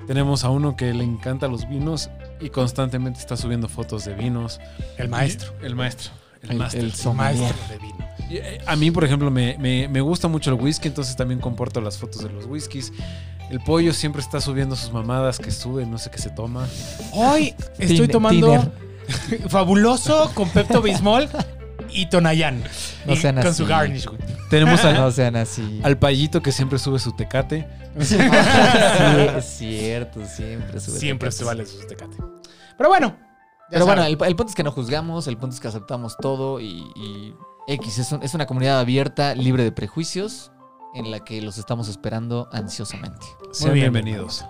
tenemos a uno que le encanta los vinos y constantemente está subiendo fotos de vinos. El maestro. El maestro. El, El- máster. el El sommelier. maestro de vino. Y, eh, A mí, por ejemplo, me, me- me gusta mucho el whisky, entonces también comparto las fotos de los whiskies. El pollo siempre está subiendo sus mamadas que sube, no sé qué se toma. Hoy estoy Tinder- tomando Tinder. fabuloso con Pepto Bismol y Tonayán. No Y sean con así. su garnish, güey. Tenemos al, No sean así. al payito que siempre sube su tecate. Sí, es cierto, siempre sube. Siempre se vale su tecate. Pero bueno. ya Pero bueno, saben. el, el punto es que no juzgamos, el punto es que aceptamos todo y, y X es, un- es una comunidad abierta, libre de prejuicios, en la que los estamos esperando ansiosamente. Sean bien. bienvenidos.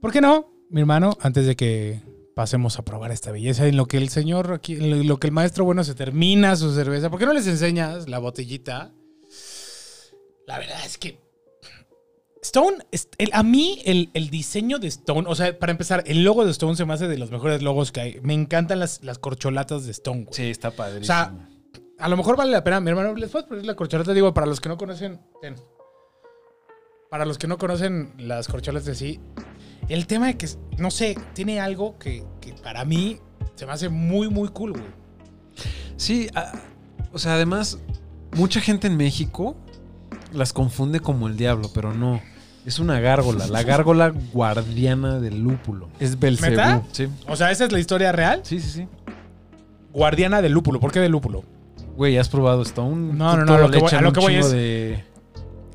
¿Por qué no, mi hermano? Antes de que pasemos a probar esta belleza, en lo que el señor, aquí, en lo que el maestro bueno se termina su cerveza, ¿por qué no les enseñas la botellita? La verdad es que Stone, es- el- a mí el, el diseño de Stone, o sea, para empezar, el logo de Stone se me hace de los mejores logos que hay. Me encantan las, las corcholatas de Stone. güey. Sí, está padrísimo. O sea, a lo mejor vale la pena, mi hermano. Les puedes poner la corcholata, digo, para los que no conocen. ten. Para los que no conocen las corcholas de sí. El tema de que, no sé, tiene algo que, que para mí se me hace muy, muy cool, güey. sí, ah, o sea, además, mucha gente en México las confunde como el diablo, pero no. Es una gárgola, la gárgola guardiana del lúpulo. Es ¿Meta? Sí, O sea, esa es la historia real. sí, sí, sí. Guardiana del lúpulo. ¿Por qué del lúpulo? Güey, ¿has probado Stone? No, no, no, Todo a lo le que voy- echan a lo un que voy chingo es- de-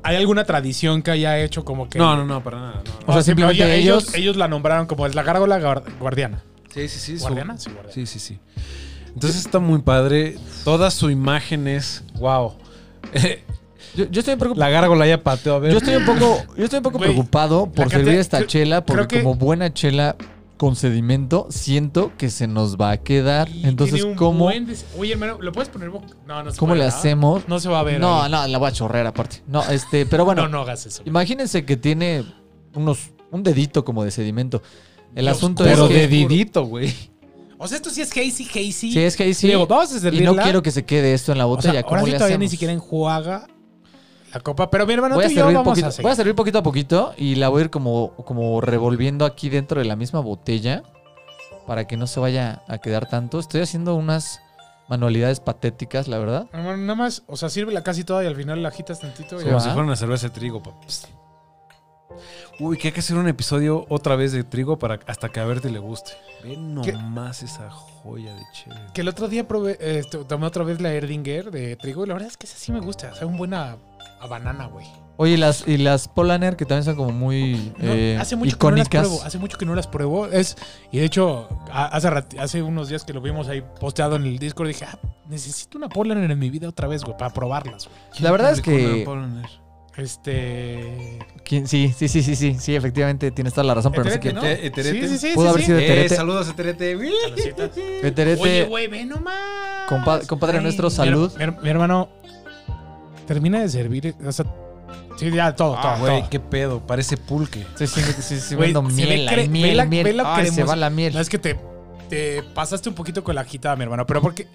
¿Hay alguna tradición que haya hecho como que.? No, no, no, para nada. no, no. O sea, simplemente Ah, oye, ellos, ellos- ellos la nombraron como es la gárgola guar- guardiana. Sí, sí, sí. su- ¿Guardiana? Sí, guardiana. Sí, sí, sí. Entonces está muy padre. Toda su imagen es. ¡Wow! Yo, yo estoy un poco, La gárgola ya pateó a ver. yo estoy un poco, yo estoy un poco Güey, preocupado por cantidad- servir esta creo- chela, porque creo que- como buena chela con sedimento, siento que se nos va a quedar. Y Entonces, tiene un ¿cómo, buen des- Oye, hermano, ¿lo puedes poner? boca- No, no se ¿cómo puede, le ¿verdad? hacemos? No se va a ver. No, ahí. no, la voy a chorrear aparte. No, este, pero bueno. no, no hagas eso. Imagínense que tiene unos un dedito como de sedimento. El Dios, asunto Pero es que de Didito, güey. O sea, esto sí es hazy, hazy. si es que ahí sí Digo, vamos a y servirla. no quiero que se quede esto en la O sea, botella. ahora ¿Cómo sí le todavía hacemos? ni siquiera enjuaga la copa. Pero mi hermano, voy, a tú y yo servir vamos poquito, a voy a seguir. servir poquito a poquito y la voy a ir como, como revolviendo aquí dentro de la misma botella para que no se vaya a quedar tanto. Estoy haciendo unas manualidades patéticas, la verdad. Hermano, nada más, o sea, sírvela casi toda y al final la agitas tantito. y Sí, Como va. ya. si fuera una cerveza de trigo, paps. Uy, que hay que hacer un episodio otra vez de trigo para hasta que a Berti le guste. Ve nomás esa joya de chévere. Que el otro día probé, eh, esto- tomé otra vez la Erdinger de trigo y la verdad es que esa sí me gusta. O sea, un buena a banana, güey. Oye, y las, y las Polaner que también son como muy No, eh, hace mucho que no icónicas. las pruebo. Hace mucho que no las pruebo. Es, y de hecho, a- hace, rat- hace unos días que lo vimos ahí posteado en el Discord, dije, ah, necesito una polar en mi vida otra vez, güey, para probarlas. güey. La verdad es ¿Quién que- publicó una Paulaner? Este. ¿Quién? Sí, sí, sí, sí, sí, sí, efectivamente tienes toda la razón, pero no sé Eterete, quién. ¿no? Te- Sí, Eterete. sí, sí. Pudo sí, haber sí. sido Eh, Eterete. saludos a Terete. Uy. Eterete, Oye, güey, ve nomás. compa- compadre Ay, nuestro, mi her- salud. Mi, her- mi hermano, termina de servir. eh, O sea, sí, ya todo, Ah, todo. Güey, todo. qué pedo. Parece pulque. Sí, sí, sí, sí, Güey, vendo se ve miel, cre- ahí, ve miel, la- miel. ve la Ay, se cremosa. va la No, miel. es que te, te pasaste un poquito con la agitada, mi hermano, pero porque.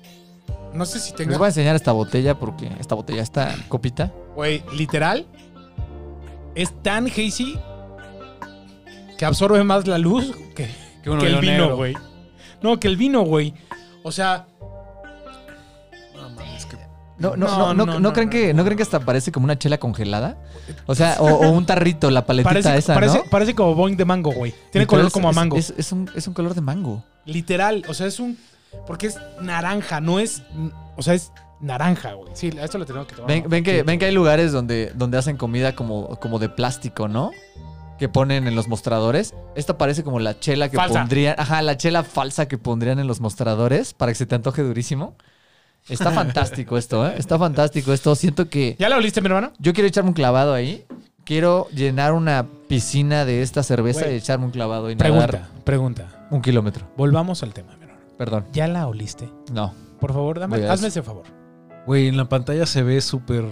No sé si Les tengas. voy a enseñar esta botella porque esta botella, esta copita. Güey, literal. Es tan hazy que absorbe más la luz que, Qué bueno, que el yo vino, negro. güey. No, que el vino, güey. O sea. No mames, que. No, no, no, no, no creen que, no creen que hasta parece como una chela congelada. O sea, o, o un tarrito, la paletita Parece, esa, parece, ¿no? parece como Boeing de mango, güey. Tiene Y color pero es- como a es- mango. Es, es un, es un color de mango. Literal. O sea, es un. Porque es naranja, no es. O sea, es naranja, güey. Sí, a esto lo tenemos que tomar. Ven, ¿no? ven Sí. que, ven que hay lugares donde, donde hacen comida como, como de plástico, ¿no? Que ponen en los mostradores. Esta parece como la chela que Falsa. pondrían. Ajá, la chela falsa que pondrían en los mostradores para que se te antoje durísimo. Está fantástico esto, ¿eh? Está fantástico esto. Siento que. ¿Ya la oliste, mi hermano? Yo quiero echarme un clavado ahí. Quiero llenar una piscina de esta cerveza Güey. y echarme un clavado y nadar Pregunta, pregunta. un kilómetro. Volvamos al tema, mi hermano. Perdón. ¿Ya la oliste? No. Por favor, dame, Voy a- hazme ese favor. Güey, en la pantalla se ve súper.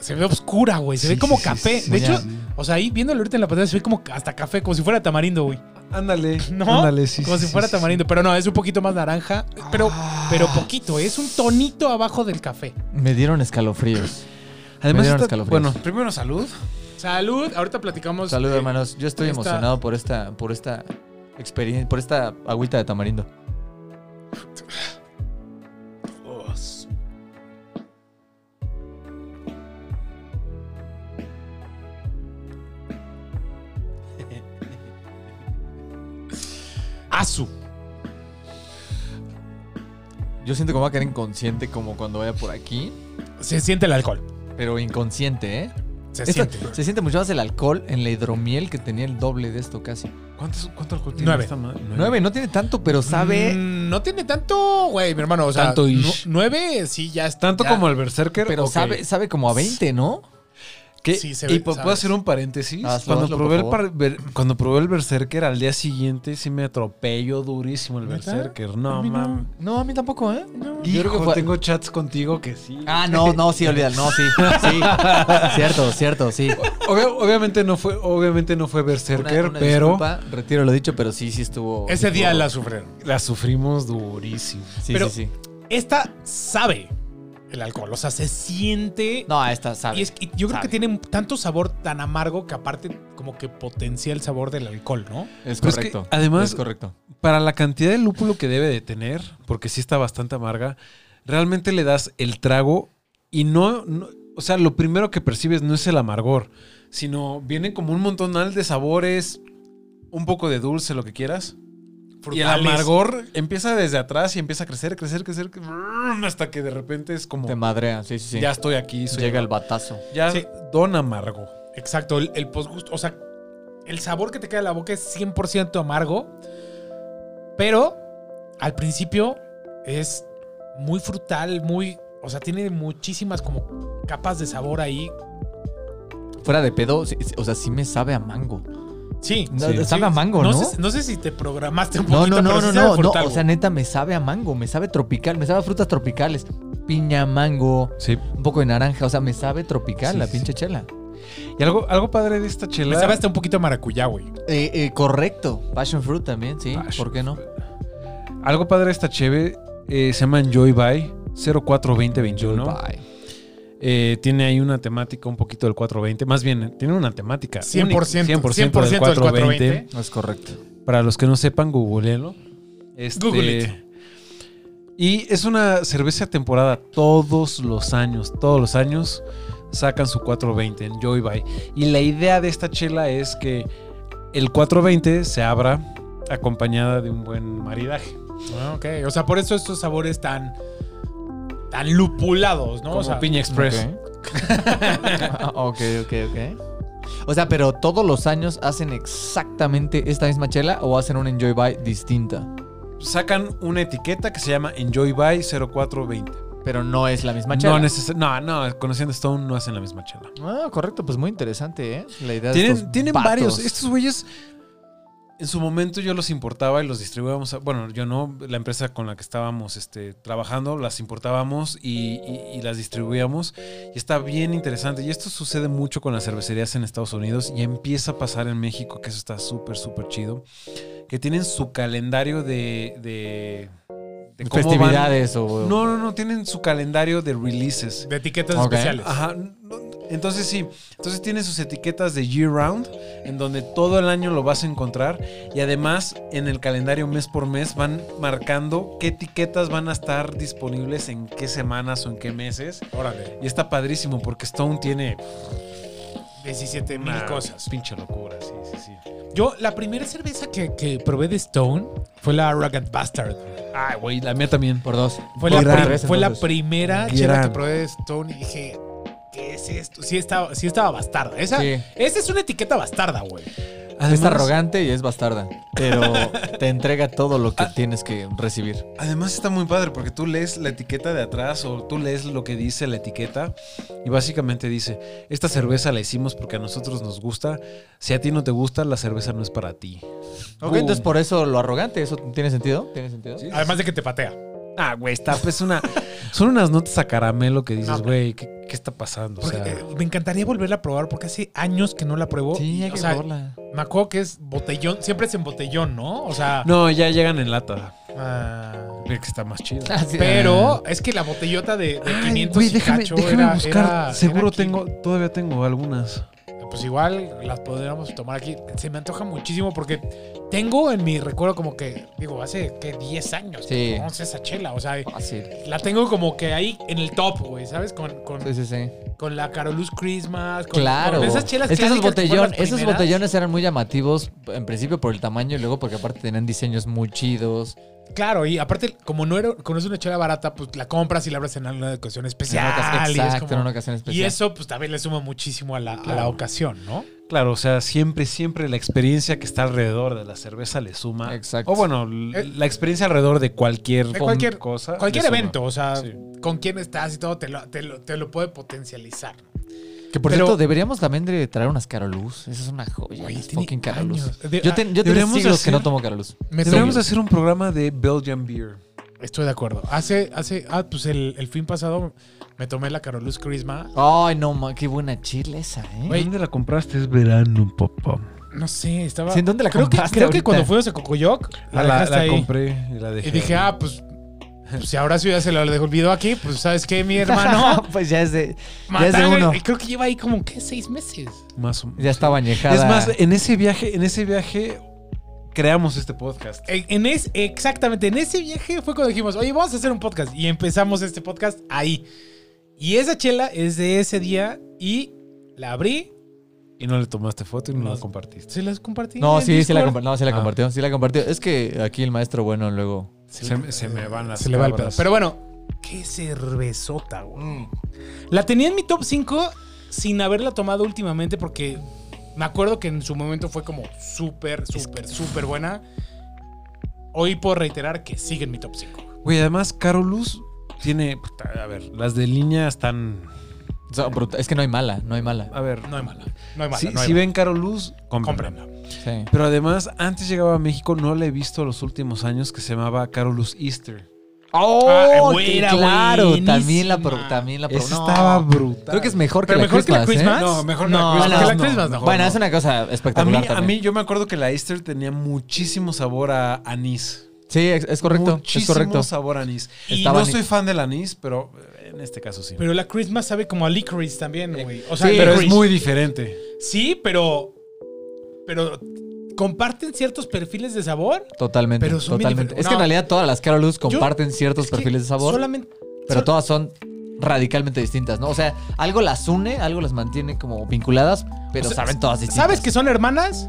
Se ve oscura, güey. Se ve Sí, como sí, sí, café. sí, de sí, hecho, sí. o sea, ahí viéndolo ahorita en la pantalla se ve como hasta café, como si fuera tamarindo, güey. Ándale. ¿No? Ándale, sí. Como sí, si sí, fuera sí. Ah. tamarindo, pero no, es un poquito más naranja, pero, pero poquito, es un tonito abajo del café. Me dieron escalofríos. Me Además, dieron está- escalofríos. bueno, primero salud. Salud, ahorita platicamos. Saludos, eh, hermanos. Yo estoy esta- emocionado por esta, por esta experiencia, por esta agüita de tamarindo. Dios. Asu. Yo siento que me voy a quedar inconsciente como cuando vaya por aquí, Se siente el alcohol. pero inconsciente, ¿eh? Se Esto- siente. se siente mucho más el alcohol en la hidromiel que tenía el doble de esto casi. ¿Cuántos, ¿Cuánto alcohol tiene Nueve. esta madre? Nueve, no tiene tanto, pero sabe. Mm, no tiene tanto, güey, mi hermano. O sea, Tanto ish. nu- nueve, sí, ya está. Tanto ya. como el Berserker. Pero ok. sabe, sabe como a 20, ¿no? ¿Qué? Sí, se y ve, po- puedo sabes. hacer un paréntesis. Hazlo, cuando, hazlo, probé el por par- ver- cuando probé el Berserker, al día siguiente sí me atropello durísimo el ¿Neta? Berserker. A No, mí no. mames. No, a mí tampoco, ¿eh? Yo creo que Hijo, fue- tengo chats contigo que sí. Ah, no, no, sí, olvídalo, no, sí, sí. Cierto, cierto, sí. Obvia- obviamente no fue, obviamente no fue Berserker, pero disculpa, retiro lo dicho, pero sí, sí estuvo. Ese estuvo- día la sufrieron. la sufrimos durísimo. Sí, pero- sí, sí. Esta sabe el alcohol. O sea, se siente. No, esta sabe. Y es que yo creo Sabe. que tiene tanto sabor tan amargo que aparte como que potencia el sabor del alcohol, ¿no? Es Pero es que, correcto. además- es correcto. Para la cantidad de lúpulo que debe de tener, porque sí está bastante amarga, realmente le das el trago y no, no- o sea, lo primero que percibes no es el amargor, sino viene como un montonal de sabores, un poco de dulce, lo que quieras. Y el Frutales. amargor empieza desde atrás y empieza a crecer, crecer, crecer, brrr, hasta que de repente es como Te madrea, sí, sí, sí. ya estoy aquí, soy- Llega el batazo. ya Sí. don amargo. Exacto, el, el posgusto, o sea, el sabor que te queda en la boca es 100% amargo, pero al principio es muy frutal, muy, o sea, tiene muchísimas como capas de sabor ahí. Fuera de pedo, sí, sí, o sea, sí me sabe a mango. Sí, No, sí. sabe a mango, ¿no? Sé, no sé si te programaste un No, poquito, no, no, pero sí no, sabe no, no. frutal, O sea, güey. neta, me sabe a mango, me sabe tropical, me sabe a frutas tropicales. Piña, mango, Sí. un poco de naranja, o sea, me sabe tropical Sí, la sí, pinche chela. Y algo, algo padre de esta me chela. sabe hasta un poquito a maracuyá, güey. Eh, eh, correcto. Passion fruit también, sí. Passion ¿Por qué no? Algo padre esta cheve eh, se llama Enjoy By 042021. Bye. Eh, tiene ahí una temática un poquito del 420. Más bien, tiene una temática. 100%, única, 100% del 420. Es correcto. Para los que no sepan, googleenlo. Este, Google it. Y es una cerveza temporada todos los años. Todos los años sacan su 420 en Joy By. Y la idea de esta chela es que el 420 se abra acompañada de un buen maridaje. Ah, ok, o sea, por eso estos sabores tan, tan lupulados, ¿no? como o sea, Piña Express. Ah, ok, ok, ok. O sea, pero todos los años hacen exactamente esta misma chela o hacen un enjoy by distinta. Sacan una etiqueta que se llama Enjoy By 0420. Pero no es la misma chela. No, neces- no, no, conociendo Stone no hacen la misma chela. Ah, correcto, pues muy interesante, ¿eh? La idea de Tienen, estos tienen vatos. varios. Estos güeyes, en su momento yo los importaba y los distribuíamos. a- bueno, yo no, la empresa con la que estábamos este, trabajando, las importábamos y, y- y las distribuíamos. Y está bien interesante. Y esto sucede mucho con las cervecerías en Estados Unidos y empieza a pasar en México, que eso está súper, súper chido. Que tienen su calendario de... de de cómo van- festividades o No, no, no, tienen su calendario de releases. de etiquetas Ok. especiales. Ajá. no, Entonces sí, entonces tiene sus etiquetas de year round, en donde todo el año lo vas a encontrar y además en el calendario mes por mes van marcando qué etiquetas van a estar disponibles en qué semanas o en qué meses. Órale. Y está padrísimo porque Stone tiene 17 mil una cosas. Pinche locura, sí, sí, sí. Yo, la primera cerveza que, que probé de Stone fue la Rugged Bastard. Ay, Ah, güey, la mía también. por dos. Fue, Por la, tres, pri- fue la entonces. primera Gran. chela que probé de Stone y dije, ¿qué es esto? Sí estaba, sí estaba bastarda. Esa, Sí. esa es una etiqueta bastarda, güey. Es Además- arrogante y es bastarda, pero te entrega todo lo Ah. que tienes que recibir. Además está muy padre porque tú lees la etiqueta de atrás o tú lees lo que dice la etiqueta y básicamente dice, esta cerveza la hicimos porque a nosotros nos gusta, si a ti no te gusta, la cerveza no es para ti. Ok, Boom. entonces por eso lo arrogante, ¿eso tiene sentido? ¿Tiene sentido? Sí. Además de que te patea. Ah, güey, está pues una... Son unas notas a caramelo que dices, No, güey, ¿qué, ¿qué está pasando? O Porque, sea, eh, me encantaría volverla a probar porque hace años que no la pruebo. Sí, hay Oh, o que sea, probarla. me acuerdo que es botellón, siempre es en botellón, ¿no? O sea, no, ya llegan en lata. ah, que está más chido. Ah, sí. pero es que la botellota de, de 500 y cacho era- era- Seguro era aquí. tengo, todavía tengo algunas. Pues igual las podríamos tomar aquí. Se me antoja muchísimo porque tengo en mi recuerdo como que, digo, hace que 10 años, Sí. 11 esa chela, o sea, Fácil. la tengo como que ahí en el top, güey, ¿sabes? Con, con, Sí, sí, sí. con la Carolus Christmas, con, Claro. con esas chelas es que esos, clásicas fueron botellón- las esos primeras. botellones eran muy llamativos en principio por el tamaño y luego porque aparte tenían diseños muy chidos. Claro, y aparte, como no era, como es una chela barata, pues la compras y la abres en alguna ocasión En especial. una ocasión- y es exacto, como- en una ocasión especial. y eso, pues también le suma muchísimo a la, a la ocasión, ¿no? Claro, o sea, siempre, siempre la experiencia que está alrededor de la cerveza le suma. Exacto. O bueno, Eh, l- la experiencia alrededor de cualquier, de cualquier- cosa. Cualquier le suma. evento, o sea, Sí. con quién estás y todo, te lo, te lo, te lo puede potencializar. que por pero- cierto, deberíamos también de traer unas Carolus. Esa es una joya. Oye, las tiene fucking Carolus. años. De- Yo, te, yo tenía deberíamos siglos que hacer- no tomo Carolus. Me Deberíamos tomo- hacer un programa de Belgian Beer. Estoy de acuerdo. Hace, hace, ah, pues el, el fin pasado me tomé la Carolus Crisma. Ay, no, ma, qué buena chile esa, ¿eh? Güey. ¿Dónde la compraste? Es verano, papá. No sé, estaba. ¿Sí, en dónde la creo que, compraste creo que ahorita? Ah, cuando fuimos a Cocoyoc, la, Ah, La, la, dejaste ahí. compré y la dejé. Y dije, ah, pues, pues, si ahora sí ya se lo olvidó aquí, pues, ¿sabes qué, mi hermano? pues ya es de. Ya es de Matanga, uno. y creo que lleva ahí como, ¿qué? Seis meses. Más o menos. Ya estaba añejada. Es más, en ese viaje, en ese viaje creamos este podcast. En, en es, exactamente, en ese viaje fue cuando dijimos, oye, vamos a hacer un podcast. Y empezamos este podcast ahí. Y esa chela es de ese día y la abrí. Y no le tomaste foto y no, No. la compartiste. ¿Se las compartí? no, en sí, sí la, Discord? compa- no, sí la Ah. compartió. Sí la compartió. Es que aquí el maestro bueno luego. Se, me- se me van las Se le va el pedo. cabras. Mm. Pero bueno, qué cervezota, güey. La tenía en mi top 5 sin haberla tomado últimamente porque me acuerdo que en su momento fue como súper, súper, súper buena. Hoy puedo reiterar que sigue en mi top 5. Güey, además, Carolus tiene. puta, A ver, las de línea están. O sea, bruta- es que no hay mala, no hay mala. A ver, No hay mala. No hay mala. si, no hay si mala. ven Carolus, compren. Cómprenla. Sí. Pero además, antes llegaba a México, no la he visto los últimos años, que se llamaba Carolus Easter. ¡Oh! Ah, güey, que era claro, buenísima. también la pro, también la pro. Esa no. estaba brutal. Creo que es mejor que Pero la mejor que la Christmas, ¿eh? Christmas. No, mejor No, la Christmas. no. Que la Christmas, no. Bueno, es una cosa A mí, espectacular a también. mí, yo me acuerdo que la Easter tenía muchísimo sabor a anís. sí, es, es correcto, es Muchísimo correcto. sabor a anís. Y- Y Estaba no ni- soy fan del anís, pero eh, en este caso sí. Pero la Christmas sabe como a licorice también, güey. O sea, sí, Eh, pero es licorice. muy diferente. Sí, pero. Pero comparten ciertos perfiles de sabor. Totalmente, Pero son bien totalmente. diferentes. Es que en No. realidad todas las Carolus comparten Es ciertos que perfiles de sabor, Solamente. pero sol- todas son radicalmente distintas, ¿no? O sea, algo las une, algo las mantiene como vinculadas, pero O sea, saben todas distintas. Sabes que son hermanas,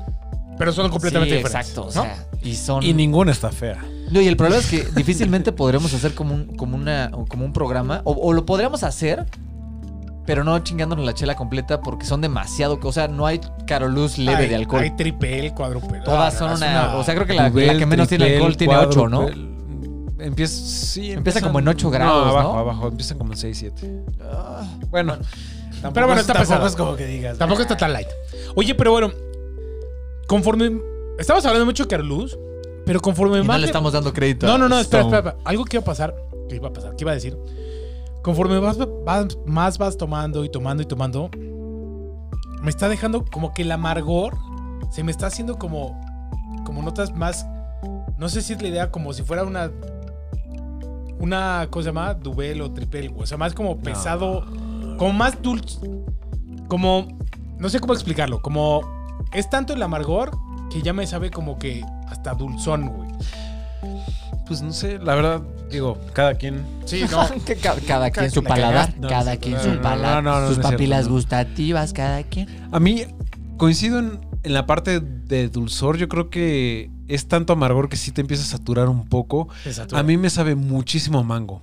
pero son completamente Sí, diferentes. Exacto, ¿no? o sea, y son Y ninguna está fea. No, y el problema es que difícilmente podremos hacer como un, como una, como un programa, o, o lo podríamos hacer, pero no chingándonos la chela completa porque son demasiado, o sea, no hay caroluz leve Hay- de alcohol. Hay tripel, cuadrupel. Todas Ah, son es una, O sea, creo que la, la que menos tiene alcohol tiene 8, ¿no? Empieza, sí, Empieza empiezan- como en ocho grados, abajo, ¿no? abajo. Empiezan como en 6, 7. Ah, Bueno. Pero bueno, está pesado. que digas. "Ah". Tampoco está tan light. Oye, pero bueno, conforme. Estamos hablando mucho de Carluz, pero conforme y no más. le le- estamos dando crédito. No, no, no, espera, Stone. espera, espera. Algo que iba a pasar, que iba a pasar, que iba a decir. Conforme vas, vas- más vas tomando y tomando y tomando, me está dejando como que el amargor se me está haciendo como, como notas más. No sé si es la idea como si fuera una. Una cosa más, duvel o tripel, güey. O sea, más como pesado, como más dulce. Como. No sé cómo explicarlo. Como. Es tanto el amargor que ya me sabe como que hasta dulzón, güey. Pues no sé, la verdad, digo, cada quien. Sí, no. Que ca- cada quien su la paladar, cagaste. No, cada no, quien no, su no, no, paladar, no, no, no sus es cierto, papilas no. gustativas, cada quien. A mí coincido en, en la parte de dulzor. Yo creo que es tanto amargor que sí te empieza a saturar un poco. Exacto. A mí me sabe muchísimo a mango.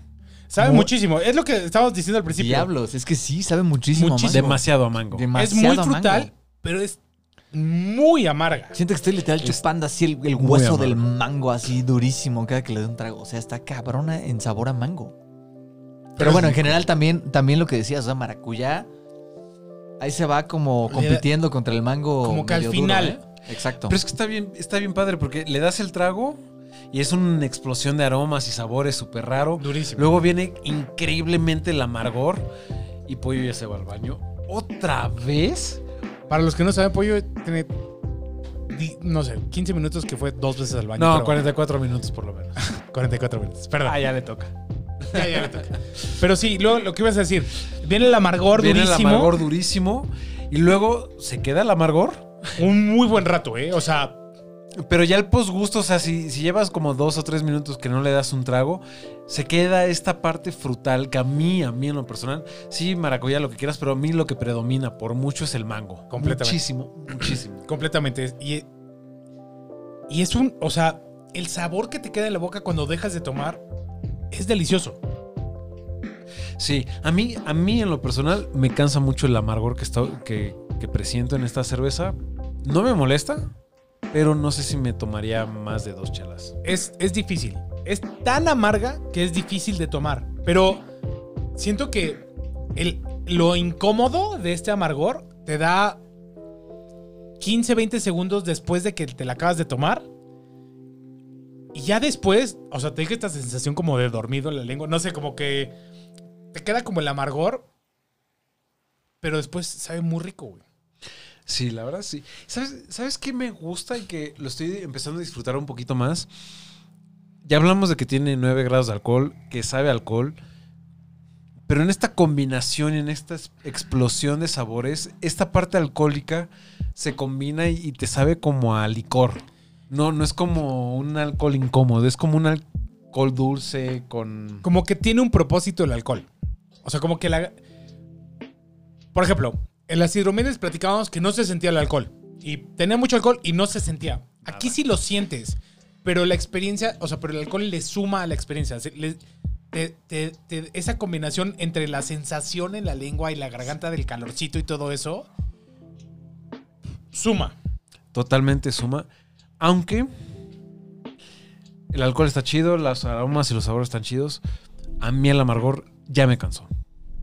Sabe Mu- muchísimo. Es lo que estábamos diciendo al principio. Diablos, es que sí, sabe muchísimo. Muchísimo. mango. Demasiado a mango. Es Demasiado muy mango. frutal, pero es muy amarga. Siento que estoy literal chupando así el, el muy hueso amargo. del mango, así durísimo, cada que le doy un trago. O sea, está cabrona en sabor a mango. Pero, Pero bueno, es- en general también, también lo que decías, o sea, maracuyá. Ahí se va como Le da- compitiendo contra el mango. como que al medio final. ¿eh? Exacto. Pero es que está bien, está bien padre porque le das el trago y es una explosión de aromas y sabores súper raro. Durísimo. Luego viene increíblemente el amargor. Y Pollo ya se va al baño. ¿Otra vez? Para los que no saben, Pollo tiene, di- no sé, 15 minutos que fue dos veces al baño. No, pero 44 minutos por lo menos. 44 minutos. Perdón. Ah, ya le toca. Ya, ya me toca. Pero sí, luego lo que ibas a decir, viene el amargor Viene el durísimo. amargor durísimo. Y luego se queda el amargor. Un muy buen rato, ¿eh? O sea, Pero ya el posgusto, o sea, si, si llevas como dos o tres minutos que no le das un trago, se queda esta parte frutal que a mí, a mí en lo personal, sí, maracuyá, lo que quieras, pero a mí lo que predomina por mucho es el mango. Completamente. Muchísimo, muchísimo. completamente. Y, y es un, o sea, el sabor que te queda en la boca cuando dejas de tomar es delicioso. Sí, a mí, a mí en lo personal me cansa mucho el amargor que, está, que, que presiento en esta cerveza. No me molesta, pero no sé si me tomaría más de dos chelas. Es, es difícil. Es tan amarga que es difícil de tomar. Pero siento que el, lo incómodo de este amargor te da 15, 20 segundos después de que te la acabas de tomar. Y ya después, o sea, te deja esta sensación como de dormido en la lengua. No sé, como que te queda como el amargor. Pero después sabe muy rico, güey. Sí, la verdad sí. ¿Sabes, ¿Sabes qué me gusta y que lo estoy empezando a disfrutar un poquito más? Ya hablamos de que tiene 9 grados de alcohol, que sabe a alcohol, pero en esta combinación, en esta es- explosión de sabores, esta parte alcohólica se combina y, y te sabe como a licor. No, no es como un alcohol incómodo, es como un alcohol dulce con... Como que tiene un propósito el alcohol. O sea, como que la. Por ejemplo, en las hidromiles platicábamos que no se sentía el alcohol. Y tenía mucho alcohol y no se sentía. Aquí sí lo sientes. Pero la experiencia, o sea, pero el alcohol le suma a la experiencia. Se- le- te- te- te- esa combinación entre la sensación en la lengua y la garganta del calorcito y todo eso. Suma. totalmente suma. Aunque el alcohol está chido, los aromas y los sabores están chidos. A mí el amargor ya me cansó.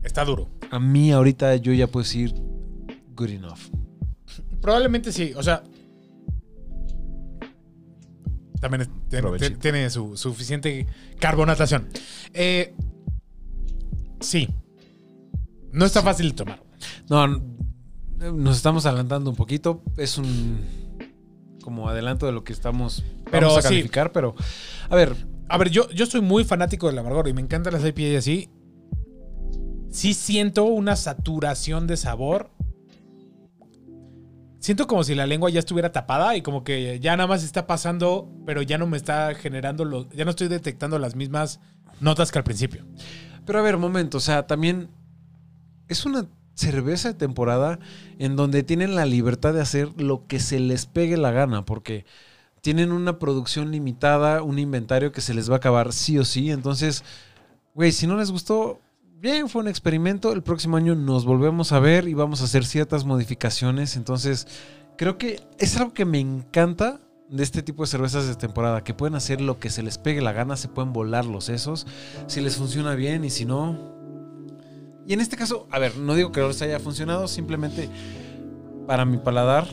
Está duro. A mí ahorita yo ya puedo decir good enough. Probablemente sí, o sea. También es- tiene- Provechito. tiene- tiene su suficiente carbonatación. Eh, sí. No está fácil de tomar. No, n- nos estamos adelantando un poquito. Es un como adelanto de lo que estamos Pero vamos a sí. calificar, pero a ver, A ver, yo, yo soy muy fanático del amargor y me encantan las IPA y así. Sí siento una saturación de sabor. Siento como si la lengua ya estuviera tapada y como que ya nada más está pasando, pero ya no me está generando los... Ya no estoy detectando las mismas notas que al principio. Pero a ver, momento, o sea, también es una cerveza de temporada en donde tienen la libertad de hacer lo que se les pegue la gana, porque tienen una producción limitada, un inventario que se les va a acabar sí o sí, entonces, güey, si no les gustó, bien, fue un experimento, el próximo año nos volvemos a ver y vamos a hacer ciertas modificaciones, entonces, creo que es algo que me encanta de este tipo de cervezas de temporada, que pueden hacer lo que se les pegue la gana, se pueden volar los sesos, si les funciona bien y si no. Y en este caso, a ver, no digo que no les haya funcionado, simplemente para mi paladar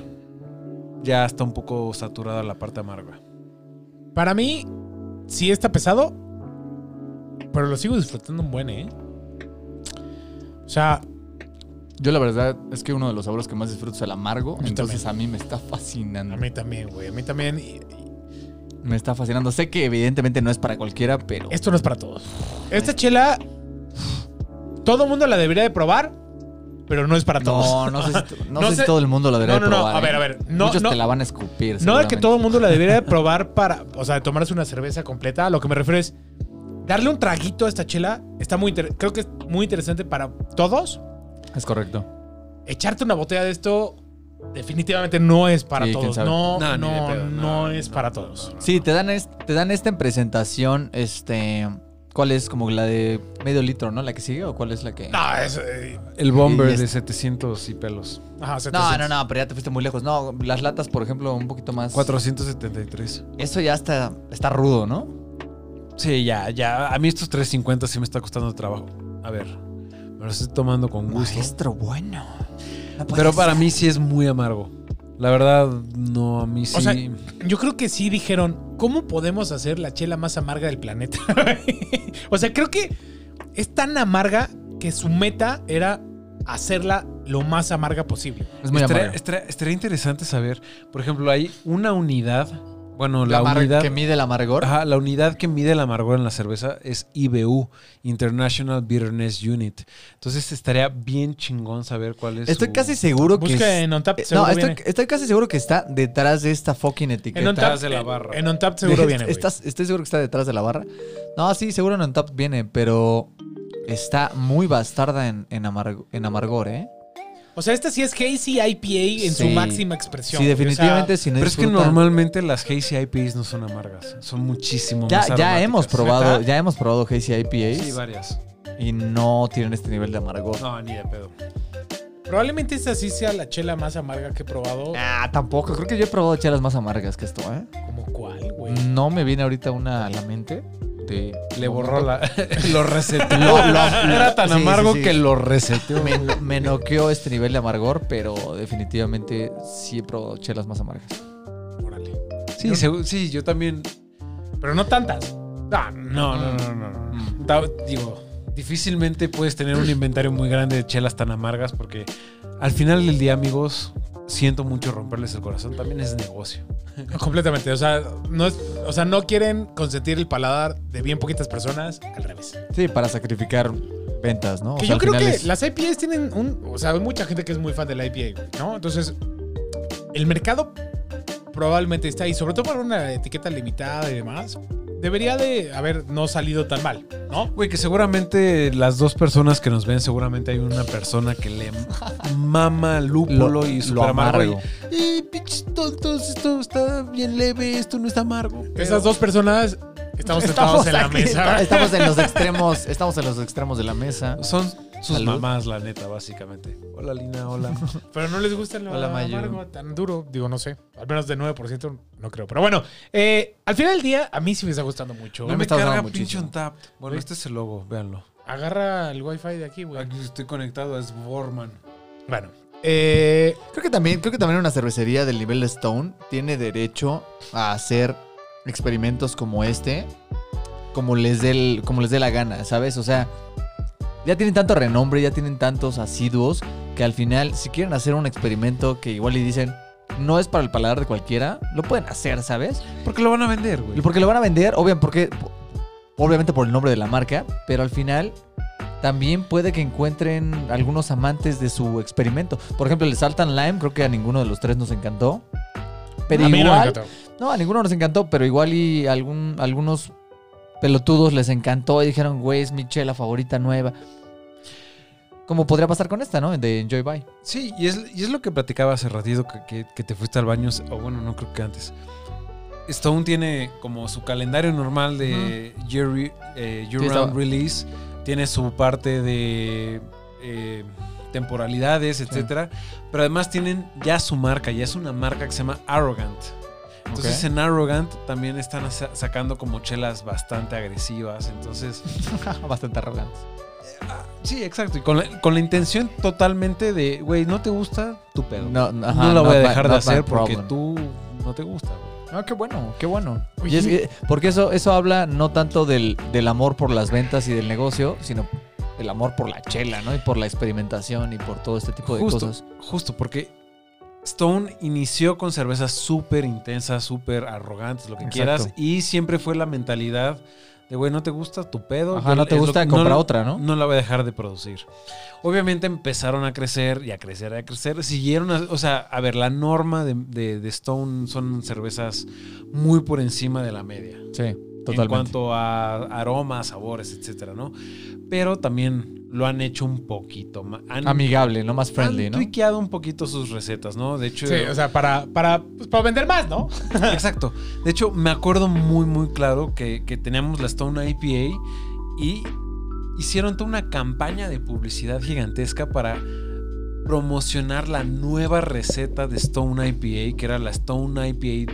ya está un poco saturada la parte amarga. Para mí, sí está pesado, pero lo sigo disfrutando un buen, ¿eh? O sea, Yo la verdad es que uno de los sabores que más disfruto es el amargo. Yo entonces también. a mí me está fascinando. a mí también, güey, a mí también. Y- y Me está fascinando. Sé que evidentemente no es para cualquiera, pero... Esto no es para todos. Esta chela, todo mundo la debería de probar, pero no es para todos. No, no sé si, to- no No sé si sé- todo el mundo la debería No, no, de no, probar. a ver, ¿eh? a ver, no, Muchos no. te la van a escupir. No es que seguramente. todo el mundo la debería de probar para, o sea, de tomarse una cerveza completa. A lo que me refiero es darle un traguito a esta chela. Está muy, inter- creo que es muy interesante para todos. Es correcto. echarte una botella de esto definitivamente no es para Sí, quién todos. sabe. No, no, No, ni de no, pedo, no, no, es no, para no, todos. no, no. Sí, te dan, es- te dan esta en presentación, este... ¿Cuál es? Como la de medio litro, ¿no? ¿La que sigue o cuál es la que...? No, es... eh, El bomber Y es- de 700 y pelos. ajá, 700. No, no, no, pero ya te fuiste muy lejos. No, las latas, por ejemplo, un poquito más... 473. Eso ya está, está rudo, ¿no? Sí, ya, ya. A mí estos 350 sí me está costando trabajo. A ver, me los estoy tomando con gusto. Maestro bueno. No puede Pero para ser. mí sí es muy amargo. La verdad, no, a mí sí. O sea, Yo creo que sí dijeron, ¿cómo podemos hacer la chela más amarga del planeta? o sea, creo que es tan amarga que que su meta era hacerla lo más amarga posible. Es muy Estaría- amargo. estaría- estaría interesante saber, por ejemplo, hay una unidad, bueno, la, La amar- unidad... que mide el amargor. Ajá, la unidad que mide el amargor en la cerveza es IBU, International Bitterness Unit. Entonces estaría bien chingón saber cuál es. Estoy su- casi seguro que. Busca es- en OnTap, eh, seguro no, estoy, viene. estoy casi seguro que está detrás de esta fucking etiqueta. En OnTap detrás de la barra. En OnTap seguro Est- viene, güey. estás- Estoy seguro que está detrás de la barra. No, sí, seguro en Untapped viene, pero está muy bastarda en, en, amargo- en amargor, ¿eh? O sea, esta sí es Hazy IPA en su Sí. máxima expresión. Sí, güey. O sea, definitivamente si no Pero es que disfrutan- normalmente las Hazy IPAs no son amargas, son muchísimo Ya, más ya aromáticas. hemos probado, ¿Neta? ya hemos probado Hazy IPAs Sí, varias. y no tienen este nivel de amargor. No, ni de pedo. probablemente esta sí sea la chela más amarga que he probado. Ah, tampoco. Creo que yo he probado chelas más amargas que esto, ¿eh? ¿Como cuál, güey? No me viene ahorita una a la mente. de- Le borró la. lo reseteó. Lo- lo- Era tan sí, sí, amargo sí. que lo reseteó. Me, me noqueó este nivel de amargor, pero definitivamente sí he probado chelas más amargas. Órale. Sí, segu- sí, yo también. Pero no tantas. Ah, No, no, no, no. no. Ta- Digo, difícilmente puedes tener un inventario muy grande de chelas tan amargas porque al final del día, amigos, siento mucho romperles el corazón. También es negocio. Completamente. O sea, no es- o sea, no quieren consentir el paladar de bien poquitas personas. Al revés. Sí, para sacrificar ventas, ¿no? O que sea, yo al creo final que es- las IPAs tienen un. O sea, hay mucha gente que es muy fan de la IPA, güey, ¿no? Entonces, el mercado probablemente está ahí, sobre todo para una etiqueta limitada y demás. Debería de haber no salido tan mal, ¿no? Güey, que seguramente las dos personas que nos ven, seguramente hay una persona que le mama lúpulo Lo- y lo super amargo. amargo. Y, "Eh, pinches tontos, esto está bien leve, esto no está amargo. Esas dos personas estamos sentados en la aquí, mesa. Estamos en los extremos, estamos en los extremos de la mesa. son sus Salud. mamás, la neta, básicamente. Hola, Lina, hola. Pero no les gusta el Hola, Mayu. amargo tan duro. Digo, no sé. Al menos de 9% no creo. Pero bueno, eh, al final del día, a mí sí me está gustando mucho. No me, me está carga dando pinche muchísimo. Untappd. Bueno, este es el logo, véanlo. Agarra el wifi de aquí, güey. Aquí estoy conectado, es Borman. Bueno. Eh, Creo que también, creo que también una cervecería del nivel de Stone tiene derecho a hacer experimentos como este, como les dé el- como les dé la gana, ¿sabes? O sea, ya tienen tanto renombre, ya tienen tantos asiduos que al final, si quieren hacer un experimento que igual y dicen no es para el paladar de cualquiera, lo pueden hacer, ¿sabes? Porque lo van a vender, güey. Y porque lo van a vender, obviamente, porque, obviamente por el nombre de la marca, pero al final también puede que encuentren algunos amantes de su experimento. Por ejemplo, el Salt and Lime, creo que a ninguno de los tres nos encantó. Pero a mí no me igual, no, encantó. a ninguno nos encantó, pero igual y algún, algunos pelotudos les encantó y dijeron, güey, es mi chela favorita nueva. Como podría pasar con esta, ¿no? De Enjoy Bye. Sí, y es, y es lo que platicaba hace ratito que, que- que te fuiste al baño, o bueno, no creo que antes. Stone tiene como su calendario normal de year, re- eh, year Sí, round estaba- release, tiene su parte de eh, temporalidades, etcétera, pero además tienen ya su marca, ya es una marca que se llama Arrogant. Entonces Ok. en Arrogant también están sa- sacando como chelas bastante agresivas, entonces Bastante arrogantes. Sí, exacto. Y con la, con la intención totalmente de, güey, no te gusta tu pedo. No, no, ajá, no la not voy a my- dejar de not my hacer porque problem. tú no te gusta, güey. Ah, qué bueno, qué bueno. Oye. Y es que- porque eso, eso habla no tanto del, del amor por las ventas y del negocio, sino el amor por la chela, ¿no? Y por la experimentación y por todo este tipo de Justo, cosas. justo, porque Stone inició con cervezas súper intensas, súper arrogantes, lo que Exacto. quieras, y siempre fue la mentalidad de, güey, no te gusta tu pedo. Ajá, yo- no te es lo gusta que- comprar no- otra, ¿no? No la voy a dejar de producir. Obviamente empezaron a crecer y a crecer y a crecer. Siguieron, a- o sea, a ver, la norma de, de- de Stone son cervezas muy por encima de la media. Sí, en totalmente. cuanto a aromas, sabores, etcétera, ¿no? Pero también lo han hecho un poquito más. Han, Amigable, no más han friendly, ¿no? tuiqueado un poquito sus recetas, ¿no? De hecho, Sí, o sea, para, para, pues, para vender más, ¿no? exacto. De hecho, me acuerdo muy, muy claro que, que teníamos la Stone IPA y hicieron toda una campaña de publicidad gigantesca para promocionar la nueva receta de Stone IPA, que era la Stone IPA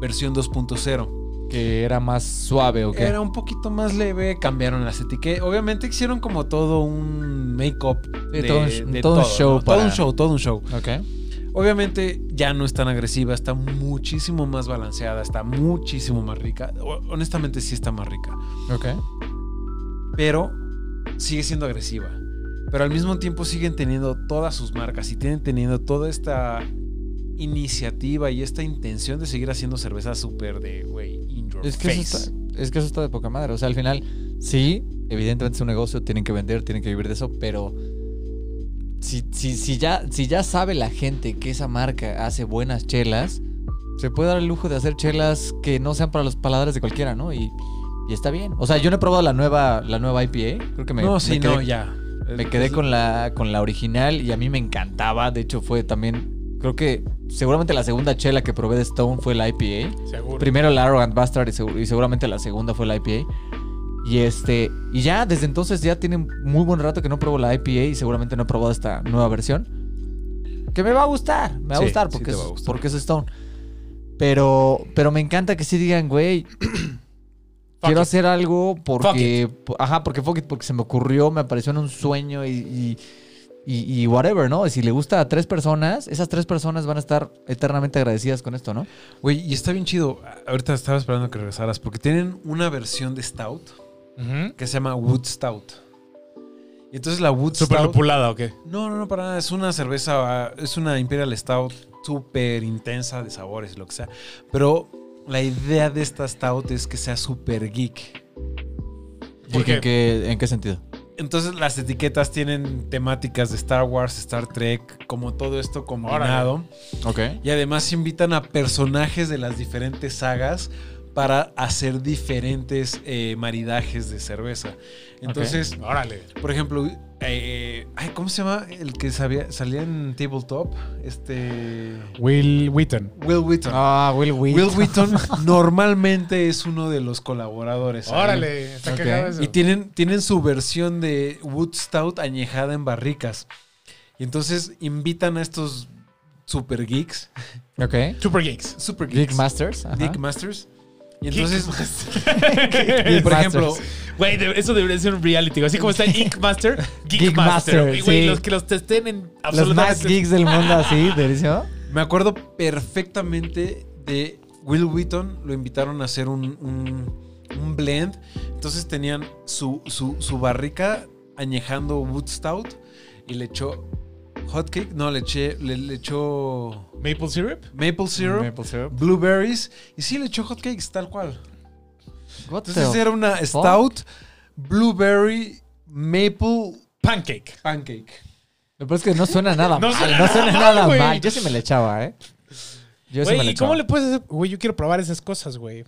versión 2.0. Que era más suave, ¿ok? Era un poquito más leve, cambiaron las etiquetas. Obviamente hicieron como todo un make-up. Sí, de- todo un- de todo un show ¿no? Todo para- un show, todo un show. Ok. Obviamente ya no es tan agresiva, está muchísimo más balanceada, está muchísimo más rica. O- Honestamente sí está más rica. Ok. Pero sigue siendo agresiva. Pero al mismo tiempo siguen teniendo todas sus marcas y tienen teniendo toda esta iniciativa y esta intención de seguir haciendo cerveza súper de, güey, in your Es que, face. eso está, es que eso está de poca madre. O sea, al final, sí, evidentemente es un negocio, tienen que vender, tienen que vivir de eso, pero si, si, si, ya, si ya sabe la gente que esa marca hace buenas chelas, se puede dar el lujo de hacer chelas que no sean para los paladares de cualquiera, ¿no? Y, y está bien. O sea, yo no he probado la nueva, la nueva IPA. Creo que me, no, me sí, quedé- no, ya. me quedé Es- con la, con la original y a mí me encantaba. De hecho, fue también, creo que seguramente la segunda chela que probé de Stone fue la E. IPA. Seguro. Primero la Arrogant Bastard y, segu- y seguramente la segunda fue la IPA. Y este. Y ya, desde entonces ya tiene muy buen rato que no pruebo la IPA y seguramente no he probado esta nueva versión. Que me va a gustar. Me va Sí, a gustar sí porque, te es, va a gustar. porque es Stone. Pero. Pero me encanta que sí digan, güey. Quiero it. hacer algo porque. po- Ajá, porque fuck it, porque se me ocurrió, me apareció en un sueño y. y y- y whatever, ¿no? Si le gusta a tres personas, esas tres personas van a estar eternamente agradecidas con esto, ¿no? Güey, y está bien chido. A- Ahorita estaba esperando que regresaras porque tienen una versión de Stout Ujú. que se llama Wood Stout. Y entonces la Wood Súper Stout... lupulada, ¿o qué? No, no, no, para nada. Es una cerveza, es una Imperial Stout súper intensa de sabores, lo que sea. Pero la idea de esta Stout es que sea súper geek. ¿Por ¿Y que- qué? que- ¿En qué sentido? Entonces las etiquetas tienen temáticas de Star Wars, Star Trek, como todo esto combinado. Ok. Y además invitan a personajes de las diferentes sagas para hacer diferentes eh, maridajes de cerveza. Entonces, Órale. por ejemplo, eh, ay, ¿cómo se llama el que sabía- salía en Tabletop? Este... Will Wheaton. Will Wheaton. Ah, Will Will Wheaton normalmente es uno de los colaboradores. ahí. Órale, está Ok. cagado eso. Y tienen, tienen su versión de Wood Stout añejada en barricas. Y entonces invitan a estos super geeks. Ok. Super Geeks. Super geeks. Geek Masters. ajá. Geek Masters. Y entonces, Geek por Masters. ejemplo, Güey, de- eso debería ser un reality. güey. Así como está Geek Master, Geek, Geek Master. Master, Y, güey, sí. los que los testen en Los más absolutamente. geeks del mundo así, delicioso. me acuerdo perfectamente de Will Wheaton. Lo invitaron a hacer un, un- un blend. Entonces tenían su, su, su barrica añejando Wood Stout y le echó hot cake. No, le, eché, le, le echó Maple Syrup. maple syrup. blueberries y sí le echó hotcakes tal cual. What the- Entonces era una stout, blueberry, maple Pancake. pancake. Lo peor es que no suena nada No mal. suena no suena nada mal, nada güey. mal. Yo sí me la echaba, ¿eh? Yo sí me Güey, la ¿y cómo echaba. le puedes hacer? Güey, yo quiero probar esas cosas, güey.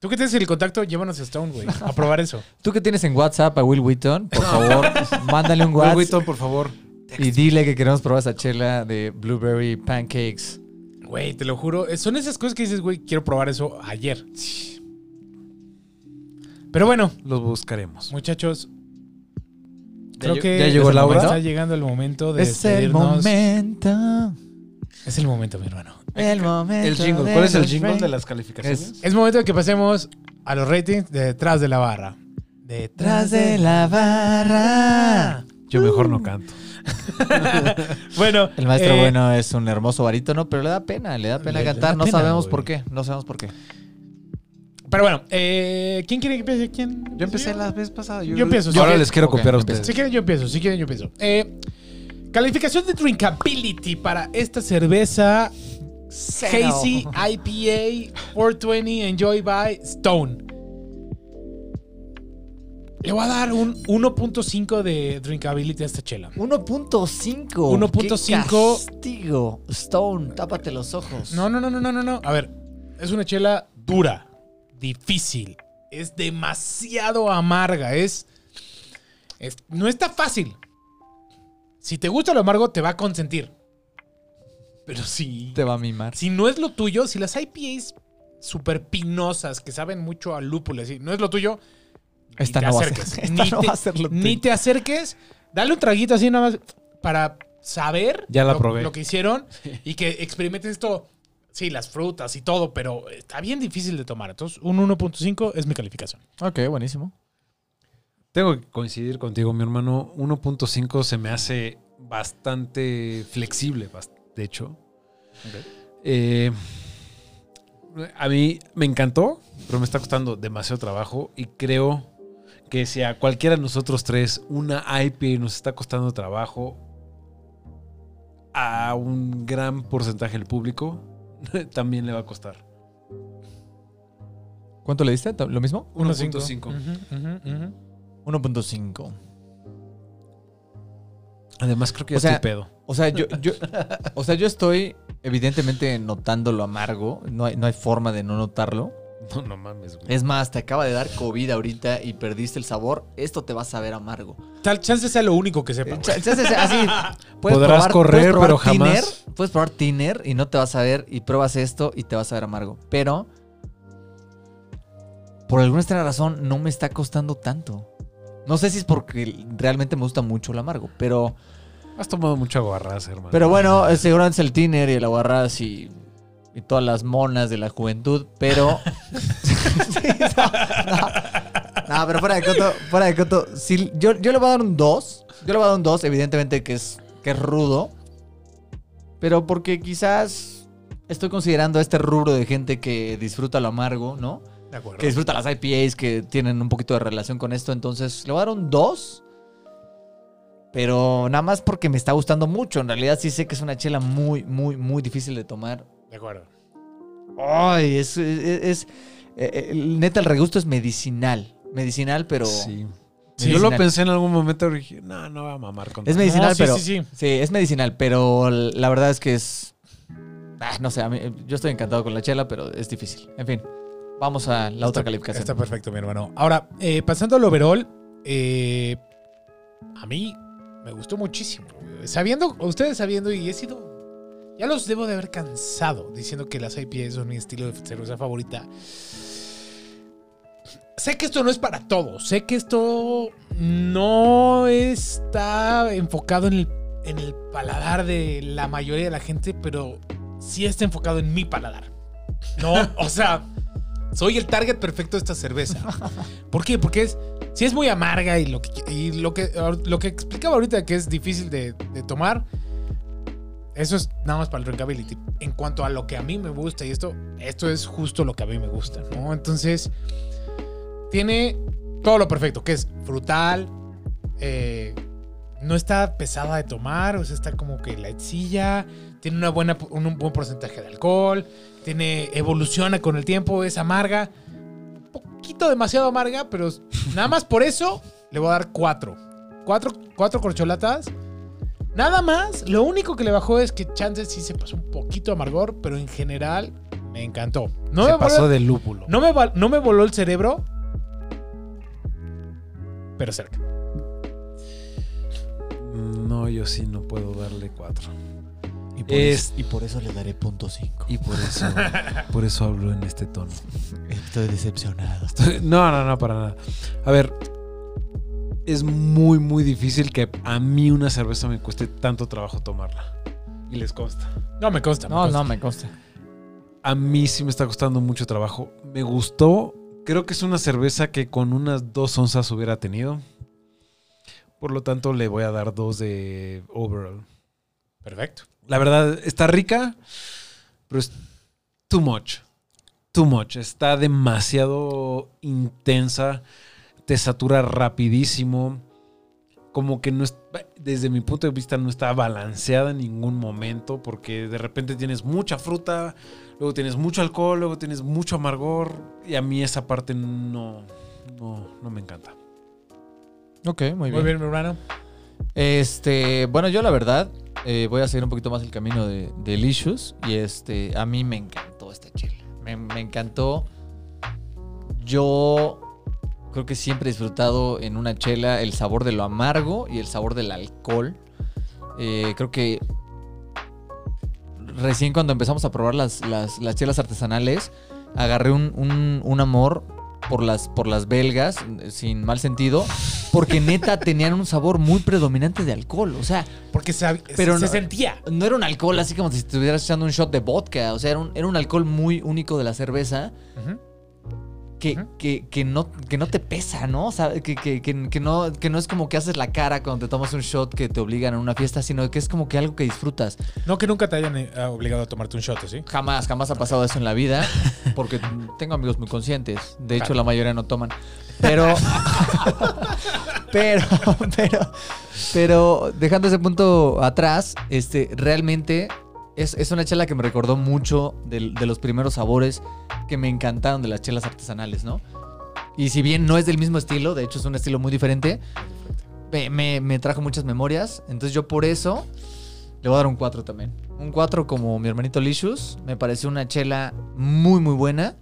Tú que tienes el contacto, llévanos a Stone, güey. A probar eso. Tú que tienes en WhatsApp a Will Wheaton, por favor, mándale un Will WhatsApp Wheaton, por favor. y dile que queremos probar esa chela de blueberry pancakes. Güey, te lo juro. eh, Son esas cosas que dices, güey, quiero probar eso ayer. Pero bueno, Los buscaremos. muchachos, Ya creo lleg- que ya llegó es el la momento- hora. Está llegando el momento de Es el despedirnos. momento. Es el momento, mi hermano. El momento. El jingle. de ¿Cuál es el los jingle de reyes? las calificaciones? Es momento de que pasemos a los ratings de detrás de la barra. Detrás Tras de la barra. Yo mejor no canto. Bueno, El maestro eh, bueno es un hermoso barítono, pero le da pena, le da Le- pena le cantar. da no pena, sabemos güey. por qué, no sabemos por qué. Pero bueno, eh, ¿quién quiere que empiece? ¿Quién? Yo empecé la vez pasada. Yo empiezo, sí. Ahora Ok, les quiero ok, copiar a empieza. ustedes. Si quieren yo empiezo, si quieren yo empiezo. Eh, calificación de drinkability para esta cerveza Hazy IPA 420 Enjoy by Stone. Le voy a dar un 1.5 de drinkability a esta chela. 1.5. 1.5. Qué Castigo. Stone, tápate los ojos. No, no, no, no, no, no, no. A ver, es una chela dura, difícil, es demasiado amarga, es, es- no está fácil. Si te gusta lo amargo te va a consentir. Pero si Te va a mimar. si no es lo tuyo, si las IPAs super pinosas que saben mucho a lúpulo, si no es lo tuyo, ni Esta te no va a ser- acerques. esta ni no te, va a ser lo ni tuyo. te acerques, dale un traguito así nada más para saber Ya la lo, probé. lo que hicieron y que experimenten esto. Sí, las frutas y todo, pero está bien difícil de tomar. Entonces, un 1.5 es mi calificación. Ok, buenísimo. Tengo que coincidir contigo, mi hermano. 1.5 se me hace bastante flexible, bas- de hecho. Eh, a mí me encantó, pero me está costando demasiado trabajo y creo que si a cualquiera de nosotros tres una IPA nos está costando trabajo, a un gran porcentaje del público también le va a costar. ¿Cuánto le diste? ¿Lo mismo? 1.5. Ujú, ujú, ujú. 1.5. Además, creo que ya O sea, estoy pedo. O sea, Ah, yo, yo, o sea, yo estoy evidentemente notando lo amargo. No hay, no hay forma de no notarlo. No, no mames, güey. Es más, te acaba de dar COVID ahorita y perdiste el sabor. Esto te va a saber amargo. Tal chance sea lo único que sepa. Eh, güey. cha- chance es así. Puedes Podrás correr, probar pero Tiner, jamás. puedes probar Tiner y no te vas a ver. Y pruebas esto y te vas a ver amargo. Pero, por alguna extraña razón, no me está costando tanto. No sé si es porque realmente me gusta mucho el amargo, pero... Has tomado mucho aguarrás, hermano. Pero bueno, eh, seguramente es el tiner y el aguarrás y, y todas las monas de la juventud, pero... Sí, no, no. No, pero fuera de coto, fuera de coto, sí, yo, yo le voy a dar un 2. Yo le voy a dar un 2, evidentemente que es, que es rudo. Pero porque quizás estoy considerando este rubro de gente que disfruta lo amargo, ¿no? De acuerdo. que disfruta las IPAs que tienen un poquito de relación con esto. Entonces, le voy a dar un 2. Pero nada más porque me está gustando mucho. En realidad sí sé que es una chela muy, muy, muy difícil de tomar. De acuerdo. Ay, es... es- es- eh, eh, neta, el regusto es medicinal. Medicinal, pero... Sí. Sí, yo lo medicinal. pensé en algún momento y dije, no, no va a mamar con Es tal". medicinal, No, sí, pero... sí, sí. es medicinal, pero la verdad es que es... Ah, no sé, a mí- yo estoy encantado con la chela, la verdad es que es- ah, no sé, a mí- yo estoy encantado con la chela, pero es difícil. En fin, vamos a la otra calificación. Está perfecto, mi hermano. Ahora, eh, pasando al overall, eh, a mí me gustó muchísimo. Sabiendo, ustedes sabiendo, y he sido. Ya los debo de haber cansado diciendo que las IPAs son mi estilo de cerveza favorita. Sé que esto no es para todos. Sé que esto no está enfocado en el, en el paladar de la mayoría de la gente, pero sí está enfocado en mi paladar. No, o sea, soy el target perfecto de esta cerveza. ¿Por qué? Porque es, si es muy amarga y lo que, y lo que, ah, lo que explicaba ahorita que es difícil de, de tomar, eso es nada más para el drinkability. En cuanto a lo que a mí me gusta y esto, esto es justo lo que a mí me gusta, ¿no? Entonces, tiene todo lo perfecto, que es frutal, eh, no está pesada de tomar, o sea, está como que la silla, tiene una buena, un, un buen porcentaje de alcohol, tiene, evoluciona con el tiempo, es amarga, un poquito demasiado amarga, pero nada más por eso le voy a dar cuatro. Cuatro, cuatro corcholatas. Nada más, lo único que le bajó es que Chances sí se pasó un poquito de amargor, pero en general me encantó. No Se me volvió- pasó de lúpulo. no me, val- no me voló el cerebro, pero cerca. Mm, No, yo sí no puedo darle cuatro. Y por eso- le daré punto 5. Y por eso, por eso hablo en este tono. Estoy decepcionado. No, no, no, para nada. A ver, es muy, muy difícil que a mí una cerveza me cueste tanto trabajo tomarla. Y les consta. No, me consta. me No, consta. no, me consta. A mí sí me está costando mucho trabajo. Me gustó. Creo que es una cerveza que con unas dos onzas hubiera tenido. Por lo tanto, le voy a dar dos de overall. Perfecto. La verdad, está rica, pero es too much. Too much. Está demasiado intensa. Te satura rapidísimo. Como que no es, desde mi punto de vista, no está balanceada en ningún momento. Porque de repente tienes mucha fruta, luego tienes mucho alcohol, luego tienes mucho amargor. Y a mí esa parte no, no, no me encanta. Ok, muy Muy bien, mi hermano. Este, bueno, yo la verdad eh, voy a seguir un poquito más el camino de, de Licious y este, a mí me encantó esta chela. Me, me encantó. Yo creo que siempre he disfrutado en una chela el sabor de lo amargo y el sabor del alcohol. Eh, creo que recién cuando empezamos a probar las, las, las chelas artesanales, agarré un, un- un amor por las, por las belgas, sin mal sentido, porque neta tenían un sabor muy predominante de alcohol. O sea, Porque se, Pero se no- sentía. no era un alcohol así como si estuvieras echando un shot de vodka. O sea, era un, era un alcohol muy único de la cerveza que, Ujú. que, que no, que no te pesa, ¿no? O sea, que, que- que- que no, que no es como que haces la cara cuando te tomas un shot que te obligan a una fiesta, sino que es como que algo que disfrutas. No que nunca te hayan eh, obligado a tomarte un shot, ¿o ¿sí? Jamás, jamás ha pasado eso en la vida, porque tengo amigos muy conscientes. De hecho, la mayoría no toman. Pero. pero, pero. Pero dejando ese punto atrás, este, realmente es, es una chela que me recordó mucho del- de, los primeros sabores que me encantaron de las chelas artesanales, ¿no? Y si bien no es del mismo estilo, de hecho es un estilo muy diferente, me, me- me trajo muchas memorias. Entonces yo por eso le voy a dar un 4 también. Un 4 como mi hermanito Licious. Me pareció una chela muy, muy buena.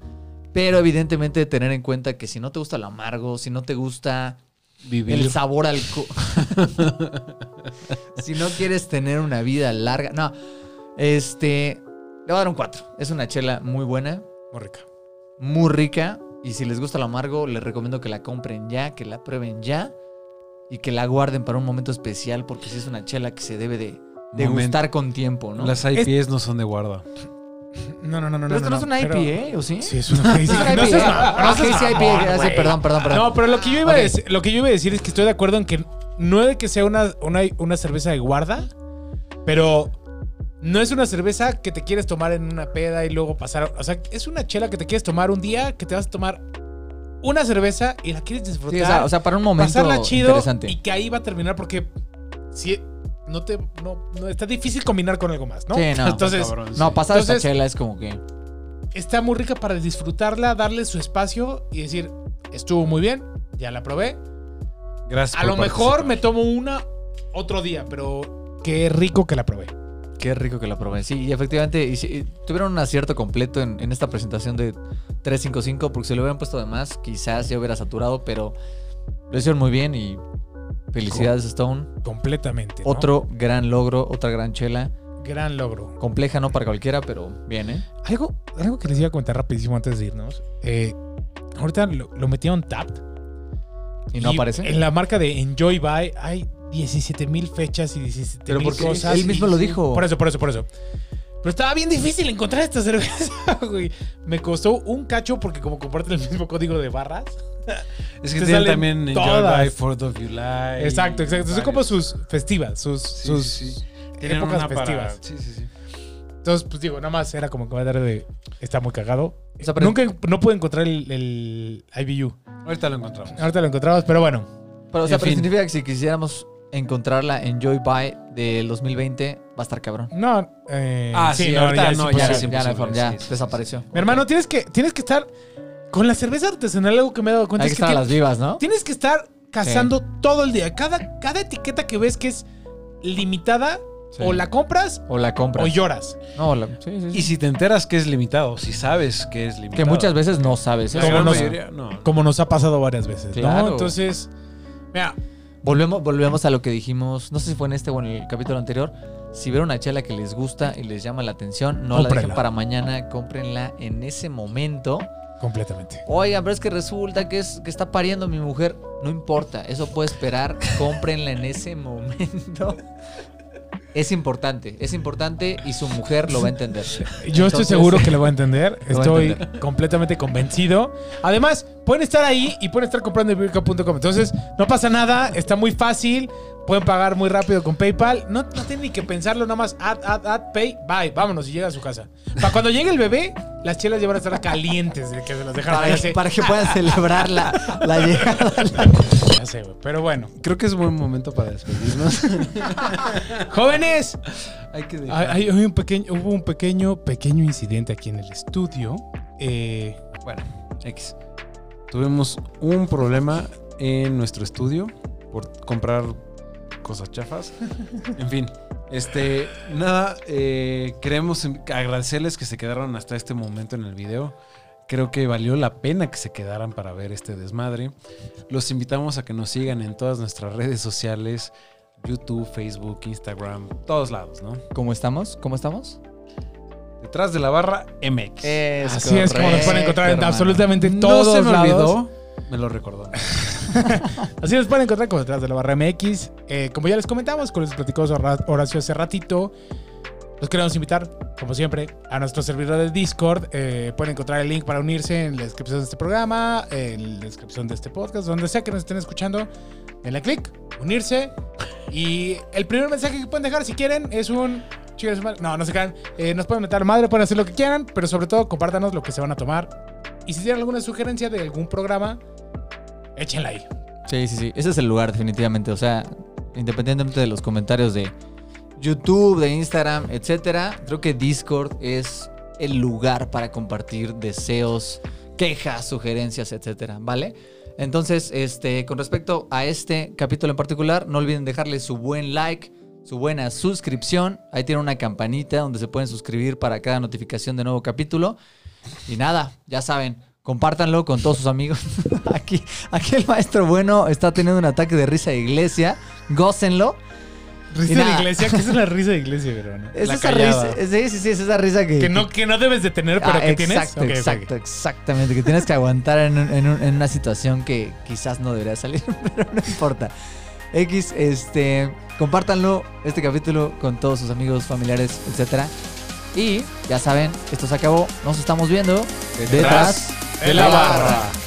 Pero evidentemente tener en cuenta que si no te gusta el amargo, si no te gusta el sabor al... co- si no quieres tener una vida larga... No, este... Le voy a dar un 4. Es una chela muy buena, Muy rica. muy rica. Y si les gusta el amargo, les recomiendo que la compren ya, que la prueben ya. Y que la guarden para un momento especial, porque si es una chela que se debe de, de Momento. gustar con tiempo, ¿no? Las IPs no son de guarda. No, no, no, no. pero esto no, es una pero- IPA, ¿eh? ¿o sí? Sí, es una Es una No IPA. seas ma- no Ah, ok, seas sí, IPA, mamón, gracias, güey. perdón, perdón, perdón. No, pero lo que yo iba, Ok. a, decir, lo que yo iba a decir es que estoy de acuerdo en que no es de que sea una, una, una cerveza de guarda, pero no es una cerveza que te quieres tomar en una peda y luego pasar. O sea, es una chela que te quieres tomar un día, que te vas a tomar una cerveza y la quieres disfrutar. Sí, o, sea, o sea, para un momento pasarla chido interesante. y que ahí va a terminar porque si e, no te no, no está difícil combinar con algo más, ¿no? Sí, no. Entonces, Cabrón, sí. No, pasar esta Entonces- chela es como que. está muy rica para disfrutarla, darle su espacio y decir, estuvo muy bien, ya la probé. Gracias. A lo por mejor participar. me tomo una otro día, pero qué rico que la probé. Qué rico que la probé. Sí, y efectivamente y sí, y tuvieron un acierto completo en, en esta presentación de 355, porque si lo hubieran puesto de más, quizás ya hubiera saturado, pero lo hicieron muy bien y felicidades, Stone. Completamente. ¿no? Otro gran logro, otra gran chela. gran logro. Compleja, no para cualquiera, pero bien, ¿eh? Algo, algo que les iba a contar rapidísimo antes de irnos. Eh, ahorita lo, lo metieron tapped. Y no aparece. En la marca de Enjoy By hay 17 mil fechas y 17 Pero mil porque cosas. él mismo y- lo dijo. Por eso, por eso, por eso. Pero estaba bien difícil encontrar esta cerveza, güey. Me costó un cacho porque como comparten el mismo código de barras. Es que te tienen salen también Enjoy todas. by Fourth of July. exacto, exacto. Son Varios. como sus festivas, sus, Sí, sus sí, sí. Tienen épocas una para- festivas. Sí, sí, sí. Entonces, pues digo, nada más era como comentario de está muy cagado. O sea, pero- Nunca no pude encontrar el, el IBU. Ahorita lo encontramos. Ahorita lo encontramos, pero bueno. Pero, o sea, en pero fin. significa que si quisiéramos encontrarla en Joy Buy del 2020, va a estar cabrón. No, eh, Ah, sí, ahorita es imposible. Ya, ya, no, es ya, imposible, no hay forma, ya sí, sí, sí. desapareció. pues, Mi hermano, tienes que, tienes que estar. Con la cerveza artesanal, algo que me he dado cuenta Hay que es que estar a las tienes, vivas, ¿no? tienes que estar cazando todo el día. Cada, cada etiqueta que ves que es limitada, Sí. o la compras O la compra. o lloras. No, la- sí, sí, sí. Y si te enteras que es limitado, si sabes que es limitado. Que muchas veces no sabes. ¿eh? La eso. Como gran nos- mayoría, no. Como nos ha pasado varias veces, Claro. ¿no? Entonces, mira, Volvemos, volvemos a lo que dijimos, no sé si fue en este o en el capítulo anterior. Si vieron una chela que les gusta y les llama la atención, no la Cómprenla. dejen para mañana, cómprenla en ese momento. completamente. Oigan, pero es que resulta que, es, que está pariendo mi mujer. No importa, eso puede esperar. Cómprenla en ese momento. Es importante, es importante y su mujer lo va a entender. Yo estoy Entonces- seguro que lo va a entender. Lo va a Estoy completamente convencido. Además, pueden estar ahí y pueden estar comprando en bibirca.com. Entonces, no pasa nada. Está muy fácil. Pueden pagar muy rápido con PayPal. No, no tienen ni que pensarlo. Nada más ad, ad, ad, pay, bye. Vámonos y llega a su casa. Para cuando llegue el bebé, las chelas ya van a estar calientes de que se las dejaron. Para, Ya sé, para que puedan celebrar la, la llegada. ya sé, güey. Pero bueno. Creo que es buen momento para despedirnos. Jóvenes, Hay que dejar. hay, hay un pequeño, hubo un pequeño, pequeño incidente aquí en el estudio. Eh, Bueno, X. Tuvimos un problema en nuestro estudio por comprar cosas chafas. En fin, este, nada, eh, queremos em- agradecerles que se quedaron hasta este momento en el video. Creo que valió la pena que se quedaran para ver este desmadre. Los invitamos a que nos sigan en todas nuestras redes sociales, YouTube, Facebook, Instagram, todos lados, ¿no? ¿Cómo estamos? ¿Cómo estamos? Detrás de la barra MX. Eh. así es como nos pueden encontrar en correcto, hermano. absolutamente No todos se me lados. olvidó, me lo recordó. Así nos pueden encontrar como detrás de la barra MX. Eh, como ya les comentamos, con les platicó Hora- Horacio hace ratito, los queremos invitar, como siempre, a nuestro servidor de Discord. Eh, pueden encontrar el link para unirse en la descripción de este programa, en la descripción de este podcast, donde sea que nos estén escuchando. Denle clic, unirse. Y el primer mensaje que pueden dejar, si quieren, es un. "Chinga su madre". No, no se crean. Eh, nos pueden meter madre, pueden hacer lo que quieran, pero sobre todo, compártanos lo que se van a tomar. Y si tienen alguna sugerencia de algún programa, Échenla ahí. Sí, sí, sí. Ese es el lugar, definitivamente. O sea, independientemente de los comentarios de YouTube, de Instagram, etcétera, creo que Discord es el lugar para compartir deseos, quejas, sugerencias, etcétera, ¿vale? Entonces, este, con respecto a este capítulo en particular, no olviden dejarle su buen like, su buena suscripción. Ahí tiene una campanita donde se pueden suscribir para cada notificación de nuevo capítulo. Y nada, ya saben, compártanlo con todos sus amigos. Aquí, aquí el maestro bueno está teniendo un ataque de risa de iglesia. Gócenlo. Y Risa de nada. iglesia, ¿qué es una risa de iglesia, Verona? Es La esa callada. risa. Sí, sí, sí, es esa risa que. Que no, que no debes de tener, pero Ah, que tienes. exacto, Ok, ok, ok. exacto, exactamente. Que tienes que aguantar en, un- en un- en una situación que quizás no debería salir, pero no importa. X, este, compártanlo, este capítulo, con todos sus amigos, familiares, etcétera. Y ya saben, esto se acabó. Nos estamos viendo detrás de la barra. barra.